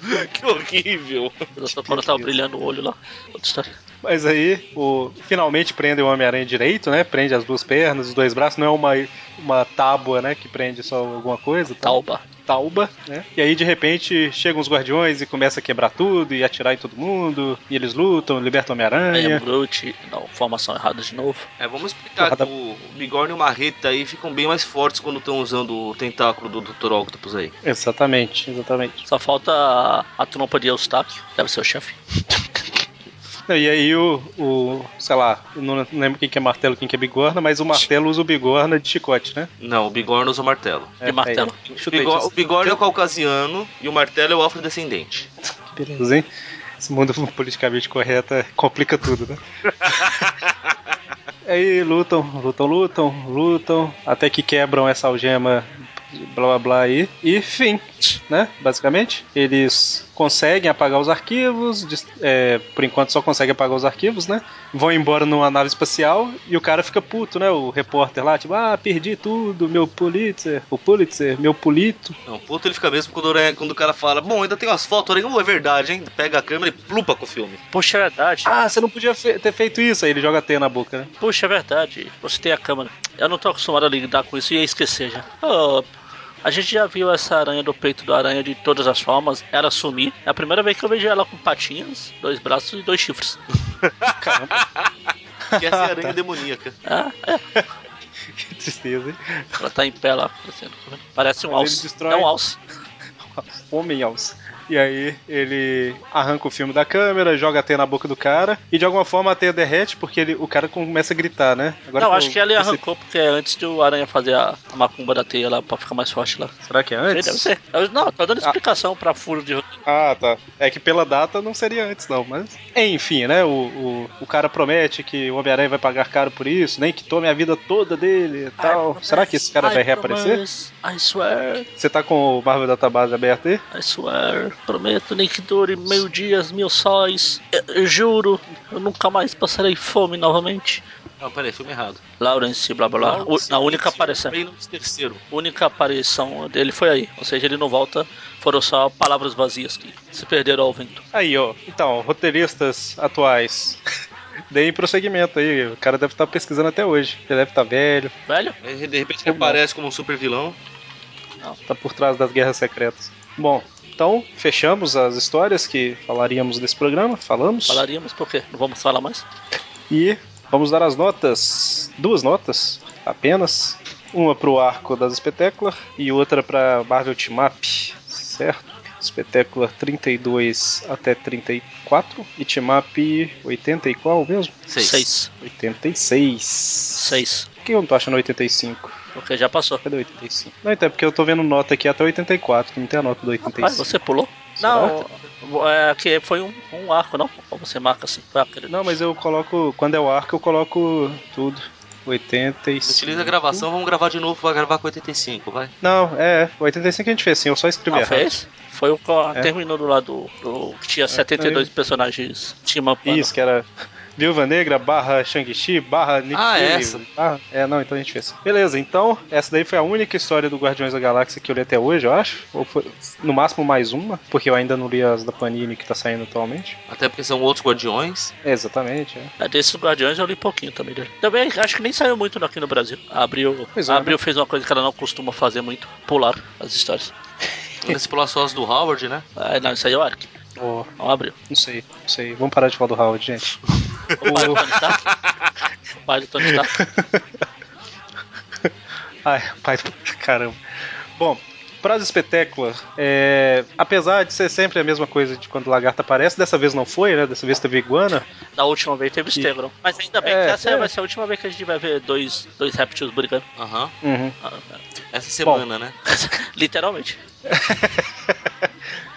[SPEAKER 1] Ah,
[SPEAKER 2] que horrível.
[SPEAKER 3] O Dr. Connors tava brilhando o olho lá. Outra história.
[SPEAKER 1] mas aí o... finalmente prendem o Homem-Aranha direito, né? Prende as duas pernas, os dois braços. Não é uma, uma tábua, né? Que prende só alguma coisa. tá?
[SPEAKER 3] Tauba.
[SPEAKER 1] Tauba, né? E aí de repente chegam os guardiões e começa a quebrar tudo e atirar em todo mundo. E eles lutam, libertam o
[SPEAKER 3] Aí é
[SPEAKER 1] Homem-Aranha.
[SPEAKER 3] Brute. Não, formação errada de novo.
[SPEAKER 2] É, vamos explicar que o Bigorna e o Marreta aí ficam bem mais fortes quando estão usando o tentáculo do Dr. Octopus aí.
[SPEAKER 1] Exatamente, exatamente.
[SPEAKER 3] Só falta a, a trompa de Eustáquio. Deve ser o chefe.
[SPEAKER 1] E aí o, o sei lá, não lembro quem que é martelo, quem que é bigorna, mas o martelo usa o bigorna de chicote, né?
[SPEAKER 2] Não, o bigorna usa o martelo.
[SPEAKER 1] É,
[SPEAKER 3] martelo.
[SPEAKER 1] é,
[SPEAKER 2] O
[SPEAKER 1] chutei,
[SPEAKER 2] bigor- o
[SPEAKER 1] Jason.
[SPEAKER 2] bigorna é o caucasiano e o martelo é o afrodescendente.
[SPEAKER 1] Que beleza, hein? Esse mundo politicamente correto é- complica tudo, né? É Aí lutam, lutam, lutam, lutam, até que quebram essa algema blá blá blá aí. E fim, né? Basicamente, eles conseguem apagar os arquivos, des- é, por enquanto só conseguem apagar os arquivos, né? Vão embora numa nave espacial e o cara fica puto, né? O repórter lá, tipo, ah, perdi tudo, meu Pulitzer, o Pulitzer, meu Pulito.
[SPEAKER 2] Não, puto ele fica mesmo quando, o- quando o cara fala, bom, ainda tem umas fotos, olha, oh, é verdade, hein? Pega a câmera e plupa com o filme.
[SPEAKER 3] Puxa, é verdade.
[SPEAKER 1] Ah, você não podia fe- ter feito isso. Aí ele joga a teia na boca, né?
[SPEAKER 3] Puxa, é verdade. Você tem a câmera. Eu não tô acostumado a lidar com isso e ia esquecer já. Ô, a gente já viu essa aranha do peito da aranha de todas as formas. Ela sumir. É a primeira vez que eu vejo ela com patinhas, dois braços e dois chifres.
[SPEAKER 2] Que essa é a
[SPEAKER 1] Tá.
[SPEAKER 2] aranha demoníaca.
[SPEAKER 3] Ah, é.
[SPEAKER 1] Que tristeza, hein?
[SPEAKER 3] Ela tá em pé lá. assim, Parece um
[SPEAKER 1] Ele
[SPEAKER 3] alce.
[SPEAKER 1] destrói-
[SPEAKER 3] É um alce.
[SPEAKER 1] Homem aos. E aí ele arranca o filme da câmera, joga a teia na boca do cara e de alguma forma a teia derrete porque ele, o cara começa a gritar, né? Agora
[SPEAKER 3] não,
[SPEAKER 1] eu-
[SPEAKER 3] acho que ele
[SPEAKER 1] esse-
[SPEAKER 3] arrancou porque é antes de o aranha fazer a, a macumba da teia lá pra ficar mais forte lá.
[SPEAKER 1] Será que é
[SPEAKER 3] Sei,
[SPEAKER 1] antes?
[SPEAKER 3] Deve ser. Eu- não, tô dando
[SPEAKER 1] Ah.
[SPEAKER 3] explicação pra furo de.
[SPEAKER 1] Ah, tá. É que pela data não seria antes, não, mas. Enfim, né? O, o, o cara promete que o Homem-Aranha vai pagar caro por isso, nem que tome a vida toda dele e tal. Tá Será que esse cara vai reaparecer?
[SPEAKER 3] I swear,
[SPEAKER 1] Você tá com o Marvel Database aberto aí?
[SPEAKER 3] I swear. Prometo, nem que dure meio dia, mil sóis. Eu, eu juro, eu nunca mais passarei fome novamente.
[SPEAKER 2] Não, peraí, filme errado.
[SPEAKER 3] Lawrence, blá blá blá. U- Na
[SPEAKER 1] Tá
[SPEAKER 3] única aparição,
[SPEAKER 2] Reynolds terceiro.
[SPEAKER 3] única aparição dele foi aí. Ou seja, ele não volta. Foram só palavras vazias que se perderam ao vento.
[SPEAKER 1] Aí, ó. Então, roteiristas atuais. Deem prosseguimento aí. O cara deve estar pesquisando até hoje. Ele deve estar velho,
[SPEAKER 3] Velho?
[SPEAKER 2] Aí, de repente ele aparece como um super vilão.
[SPEAKER 1] tá por trás das guerras secretas. Bom, então fechamos as histórias que falaríamos desse programa. Falamos.
[SPEAKER 3] Falaríamos por quê? Não vamos falar mais?
[SPEAKER 1] E vamos dar as notas. Duas notas apenas. Uma pro arco das espetáculas e outra pra Marvel Team Up, certo? Espetácula 32 até 34 e Team Up 80 e qual mesmo?
[SPEAKER 2] Seis.
[SPEAKER 3] Seis.
[SPEAKER 1] 86.
[SPEAKER 3] Seis.
[SPEAKER 1] Por que eu não tô achando 85?
[SPEAKER 3] Porque já passou.
[SPEAKER 1] Cadê 85? Não, então é porque eu tô vendo nota aqui até 84, não tem a nota do
[SPEAKER 3] Ah,
[SPEAKER 1] 85.
[SPEAKER 3] você pulou?
[SPEAKER 1] Será?
[SPEAKER 3] Não, é que foi um, um arco, não? Ou você marca assim? Foi aquele...
[SPEAKER 1] Não, mas eu coloco. Quando é o arco, eu coloco tudo. 85.
[SPEAKER 2] Utiliza a gravação, vamos gravar de novo, vai gravar com 85, vai.
[SPEAKER 1] Não, é, 85 a gente fez sim, eu só escrevi
[SPEAKER 3] Ah,
[SPEAKER 1] errado.
[SPEAKER 3] fez? Foi o que
[SPEAKER 1] É.
[SPEAKER 3] terminou do lado do, do- que tinha 72 personagens team
[SPEAKER 2] Ah,
[SPEAKER 3] up. mano.
[SPEAKER 1] Isso, que era Viúva Negra barra Shang-Chi barra Nick
[SPEAKER 2] Ah, é
[SPEAKER 1] Fury,
[SPEAKER 2] essa?
[SPEAKER 1] barra- é, não, então a gente fez. Beleza, então, essa daí foi a única história do Guardiões da Galáxia que eu li até hoje, eu acho. Ou foi, no máximo mais uma, porque eu ainda não li as da Panini que tá saindo atualmente.
[SPEAKER 2] Até porque são outros guardiões.
[SPEAKER 1] É, exatamente, é.
[SPEAKER 3] É, desses Guardiões eu li pouquinho também dele. Também acho que nem saiu muito aqui no Brasil. Abriu,
[SPEAKER 1] Pois é,
[SPEAKER 3] abriu fez uma coisa que ela não costuma fazer muito: pular as histórias.
[SPEAKER 2] Ainda se pular só as do Howard, né?
[SPEAKER 3] Ah, não, isso aí é o Ark.
[SPEAKER 1] Ó,
[SPEAKER 3] Não abriu.
[SPEAKER 1] não sei, não sei. Vamos parar de falar do Howard, gente.
[SPEAKER 3] O pai do Tony Stark. O pai do Tony Stark.
[SPEAKER 1] Ai, pai, caramba. Bom, Prazo Espetácula, é, apesar de ser sempre a mesma coisa de quando o lagarto aparece, dessa vez não foi, né? Dessa vez teve iguana.
[SPEAKER 3] Da última vez teve o Stegron. Mas ainda bem
[SPEAKER 1] É,
[SPEAKER 3] que essa
[SPEAKER 1] é.
[SPEAKER 3] vai ser a última vez que a gente vai ver dois, dois répteis brigando.
[SPEAKER 2] Aham.
[SPEAKER 1] Uhum.
[SPEAKER 3] Ah,
[SPEAKER 2] Essa semana, né?
[SPEAKER 3] Literalmente.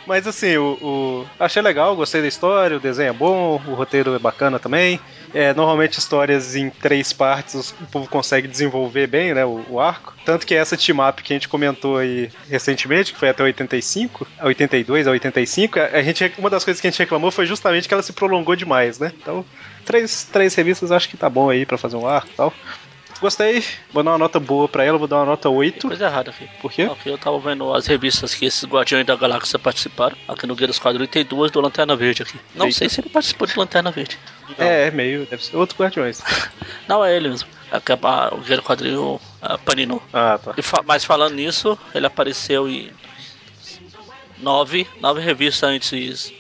[SPEAKER 1] Mas assim, o, o- achei legal, gostei da história, o desenho é bom, o roteiro é bacana também. É, normalmente histórias em três partes os- o povo consegue desenvolver bem, né, o, o arco. Tanto que essa team up que a gente comentou aí recentemente, que foi até 85, a 82, a 85, a, a gente, uma das coisas que a gente reclamou foi justamente que ela se prolongou demais, né? Então, três, três revistas eu acho que tá bom aí pra fazer um arco e tal. Gostei, vou dar uma nota boa pra ela, vou dar uma nota
[SPEAKER 3] Tem
[SPEAKER 1] 8.
[SPEAKER 3] coisa errada aqui.
[SPEAKER 1] Por quê?
[SPEAKER 3] Aqui eu tava vendo as revistas que esses Guardiões da Galáxia participaram. Aqui no Guerreiros Quadro e tem duas do Lanterna Verde aqui. Não
[SPEAKER 1] Eita.
[SPEAKER 3] sei se ele participou de Lanterna Verde.
[SPEAKER 1] É, é meio, deve ser outro Guardiões.
[SPEAKER 3] Não é ele mesmo. É que a- o Guerreiro Quadril a Panino.
[SPEAKER 1] Ah, tá.
[SPEAKER 3] E fa- mas falando nisso, ele apareceu em nove, nove revistas antes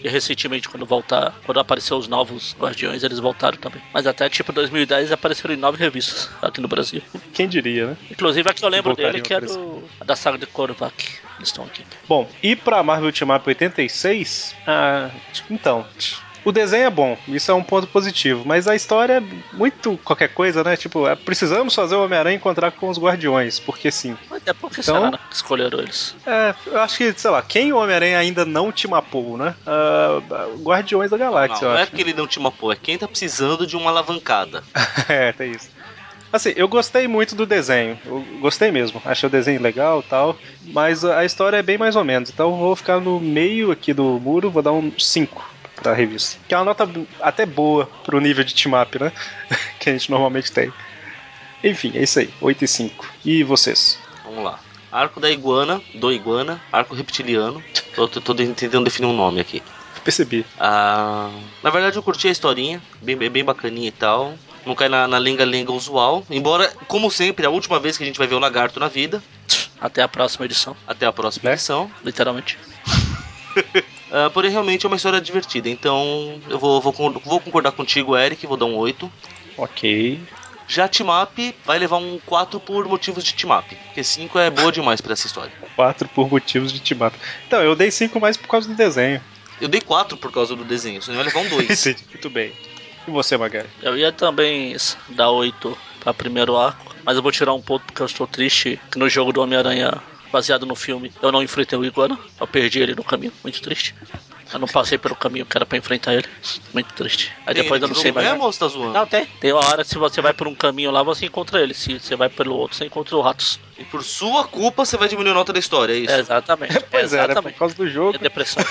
[SPEAKER 3] e recentemente quando voltar, quando apareceu os novos Guardiões, eles voltaram também. Mas até tipo 2010 apareceram em nove revistas aqui no Brasil.
[SPEAKER 1] Quem diria, né?
[SPEAKER 3] Inclusive a que eu lembro
[SPEAKER 1] Voltariam
[SPEAKER 3] dele que é
[SPEAKER 1] a aparecer.
[SPEAKER 3] do, da saga de Korvac. Eles estão aqui.
[SPEAKER 1] Bom, e pra Marvel Team Up 86, ah, então, O desenho é bom, isso é um ponto positivo, mas a história é muito qualquer coisa, né? Tipo, é, precisamos fazer o Homem-Aranha encontrar com os Guardiões, porque sim.
[SPEAKER 3] Mas é porque
[SPEAKER 1] Então-
[SPEAKER 3] será né, que escolheram eles?
[SPEAKER 1] É, eu acho que, sei lá, quem o Homem-Aranha ainda não te mapou, né? Ah, Guardiões da
[SPEAKER 2] Não,
[SPEAKER 1] Galáxia,
[SPEAKER 2] não
[SPEAKER 1] eu
[SPEAKER 2] é
[SPEAKER 1] acho.
[SPEAKER 2] porque ele não te mapou, é quem tá precisando de uma alavancada.
[SPEAKER 1] É, tem isso. Assim, eu gostei muito do desenho. Eu gostei mesmo. Achei o desenho legal e tal. Mas a a história é bem mais ou menos. Então eu vou ficar no meio aqui do muro, vou dar um 5 da revista. Que é uma nota até boa pro nível de team-up, né? que a gente normalmente tem. Enfim, é isso aí. 8 e 5. E vocês?
[SPEAKER 2] Vamos lá. Arco da iguana, do iguana, arco reptiliano. Tô, tô- tô tentando definir um nome aqui.
[SPEAKER 1] Percebi.
[SPEAKER 2] Ah, na verdade eu curti a historinha, bem, bem, bem bacaninha e tal. Não cai na na lenga-lenga usual. Embora, como sempre, é a última vez que a gente vai ver o lagarto na vida.
[SPEAKER 3] Até a próxima edição,
[SPEAKER 2] Até a próxima
[SPEAKER 1] Né?
[SPEAKER 2] edição.
[SPEAKER 3] literalmente.
[SPEAKER 2] Ah, porém, realmente é uma história divertida. Então, eu vou, vou, con- vou concordar contigo, Eric. Vou dar um 8.
[SPEAKER 1] Ok.
[SPEAKER 2] Já Timap vai levar um 4 por motivos de Timap. Porque 5 é boa demais pra essa história.
[SPEAKER 1] 4 por motivos de team-up. Então, eu dei 5 mais por causa do desenho.
[SPEAKER 2] Eu dei 4 por causa do desenho, senão eu ia levar um 2.
[SPEAKER 1] Entendi. Muito bem. E você, Magari?
[SPEAKER 3] Eu ia também s- dar 8 para primeiro arco, mas eu vou tirar um ponto porque eu estou triste que no jogo do Homem-Aranha, baseado no filme, eu não enfrentei o Iguana. Eu perdi ele no caminho, muito triste. Eu não passei pelo caminho que era para enfrentar ele, muito triste. Aí depois eu não sei mais.
[SPEAKER 2] É, moço, tá zoando.
[SPEAKER 3] Não, tem. Tem uma hora, se você vai por um caminho lá, você encontra ele. Se você vai pelo outro, você encontra o Ratos.
[SPEAKER 2] E por sua culpa, você vai diminuir a nota da história, é isso?
[SPEAKER 3] Exatamente.
[SPEAKER 1] Pois é, né? Por
[SPEAKER 3] exatamente.
[SPEAKER 1] causa do jogo.
[SPEAKER 3] É depressão.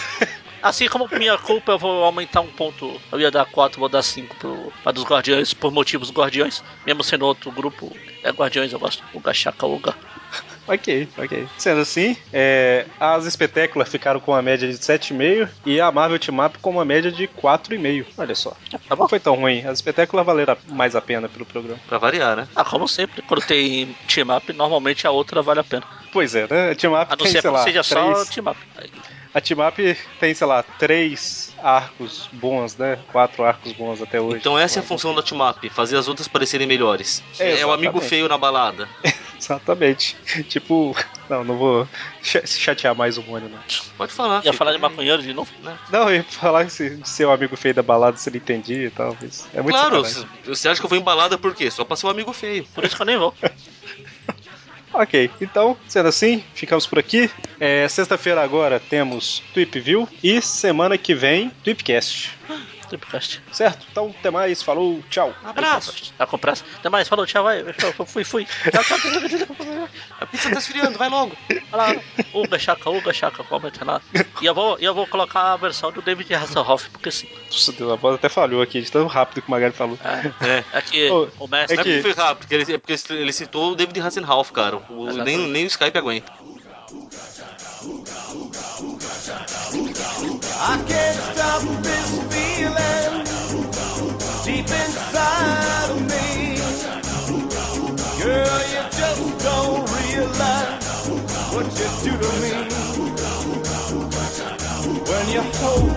[SPEAKER 3] Assim como minha culpa, eu vou aumentar um ponto. Eu ia dar 4, vou dar 5 pro, pra dos Guardiões, por motivos Guardiões. Mesmo sendo outro grupo, é Guardiões, eu gosto. Uga, Shaka, Uga.
[SPEAKER 1] Ok, ok. Sendo assim, é, as espetáculas ficaram com uma média de 7,5 e a Marvel Team Up com uma média de 4,5. Olha só.
[SPEAKER 3] Tá
[SPEAKER 1] Não
[SPEAKER 3] bom?
[SPEAKER 1] foi tão ruim. As espetáculas valeram mais a pena pelo programa.
[SPEAKER 2] Pra variar, né?
[SPEAKER 3] Ah, como sempre, quando tem team up, normalmente a outra vale a pena.
[SPEAKER 1] Pois é, né? A Team Up
[SPEAKER 3] A não
[SPEAKER 1] tem,
[SPEAKER 3] ser
[SPEAKER 1] sei
[SPEAKER 3] que
[SPEAKER 1] lá,
[SPEAKER 3] seja só
[SPEAKER 1] três...
[SPEAKER 3] team up. Aí,
[SPEAKER 1] A Team Up tem, sei lá, três arcos bons, né? Quatro arcos bons até hoje.
[SPEAKER 2] Então essa é a função da Timap, fazer as outras parecerem melhores. É, o amigo
[SPEAKER 1] Exatamente.
[SPEAKER 2] feio na balada.
[SPEAKER 1] Exatamente. tipo... Não, não vou cha- chatear mais o Mônio, não.
[SPEAKER 2] Pode falar.
[SPEAKER 3] Ia
[SPEAKER 2] filho.
[SPEAKER 3] falar de maconheiro de novo?
[SPEAKER 1] Não, eu ia falar se- de ser o amigo feio da balada, se ele entendia e tal. mas É muito
[SPEAKER 2] Claro,
[SPEAKER 1] sacanagem.
[SPEAKER 2] c- você acha que eu vou em balada por quê? Só pra ser um amigo feio.
[SPEAKER 3] Por isso que eu nem vou.
[SPEAKER 1] Ok, então, sendo assim, ficamos por aqui. É, Sexta-feira agora temos Tweep View e semana que vem Tweepcast,
[SPEAKER 3] Tripcast.
[SPEAKER 1] certo? Então, até mais, falou, tchau.
[SPEAKER 2] Abraço.
[SPEAKER 3] Tá com pressa? Até mais, falou, tchau, vai. Fui, fui. Tchau, tchau, tchau, tchau, tchau, tchau.
[SPEAKER 2] A pizza tá esfriando, vai
[SPEAKER 3] É
[SPEAKER 2] logo.
[SPEAKER 3] Olha lá, Uga Chaka, Uga Chaka, comenta tá lá. E eu vou, e eu vou colocar a versão do David Hasselhoff, porque sim.
[SPEAKER 1] Nossa, Deus, a voz até falhou aqui, de tão rápido que o Magali falou.
[SPEAKER 3] É, é que
[SPEAKER 1] Ô,
[SPEAKER 3] o
[SPEAKER 1] é
[SPEAKER 2] Não
[SPEAKER 3] mestre.
[SPEAKER 2] é porque
[SPEAKER 1] que-
[SPEAKER 2] foi rápido, porque ele, é porque ele citou o David Hasselhoff, cara. O- nem,
[SPEAKER 3] Exatamente.
[SPEAKER 2] nem o Skype aguenta.
[SPEAKER 4] I can't stop this feeling deep inside of me. Girl, you just don't realize what you do to me when you hold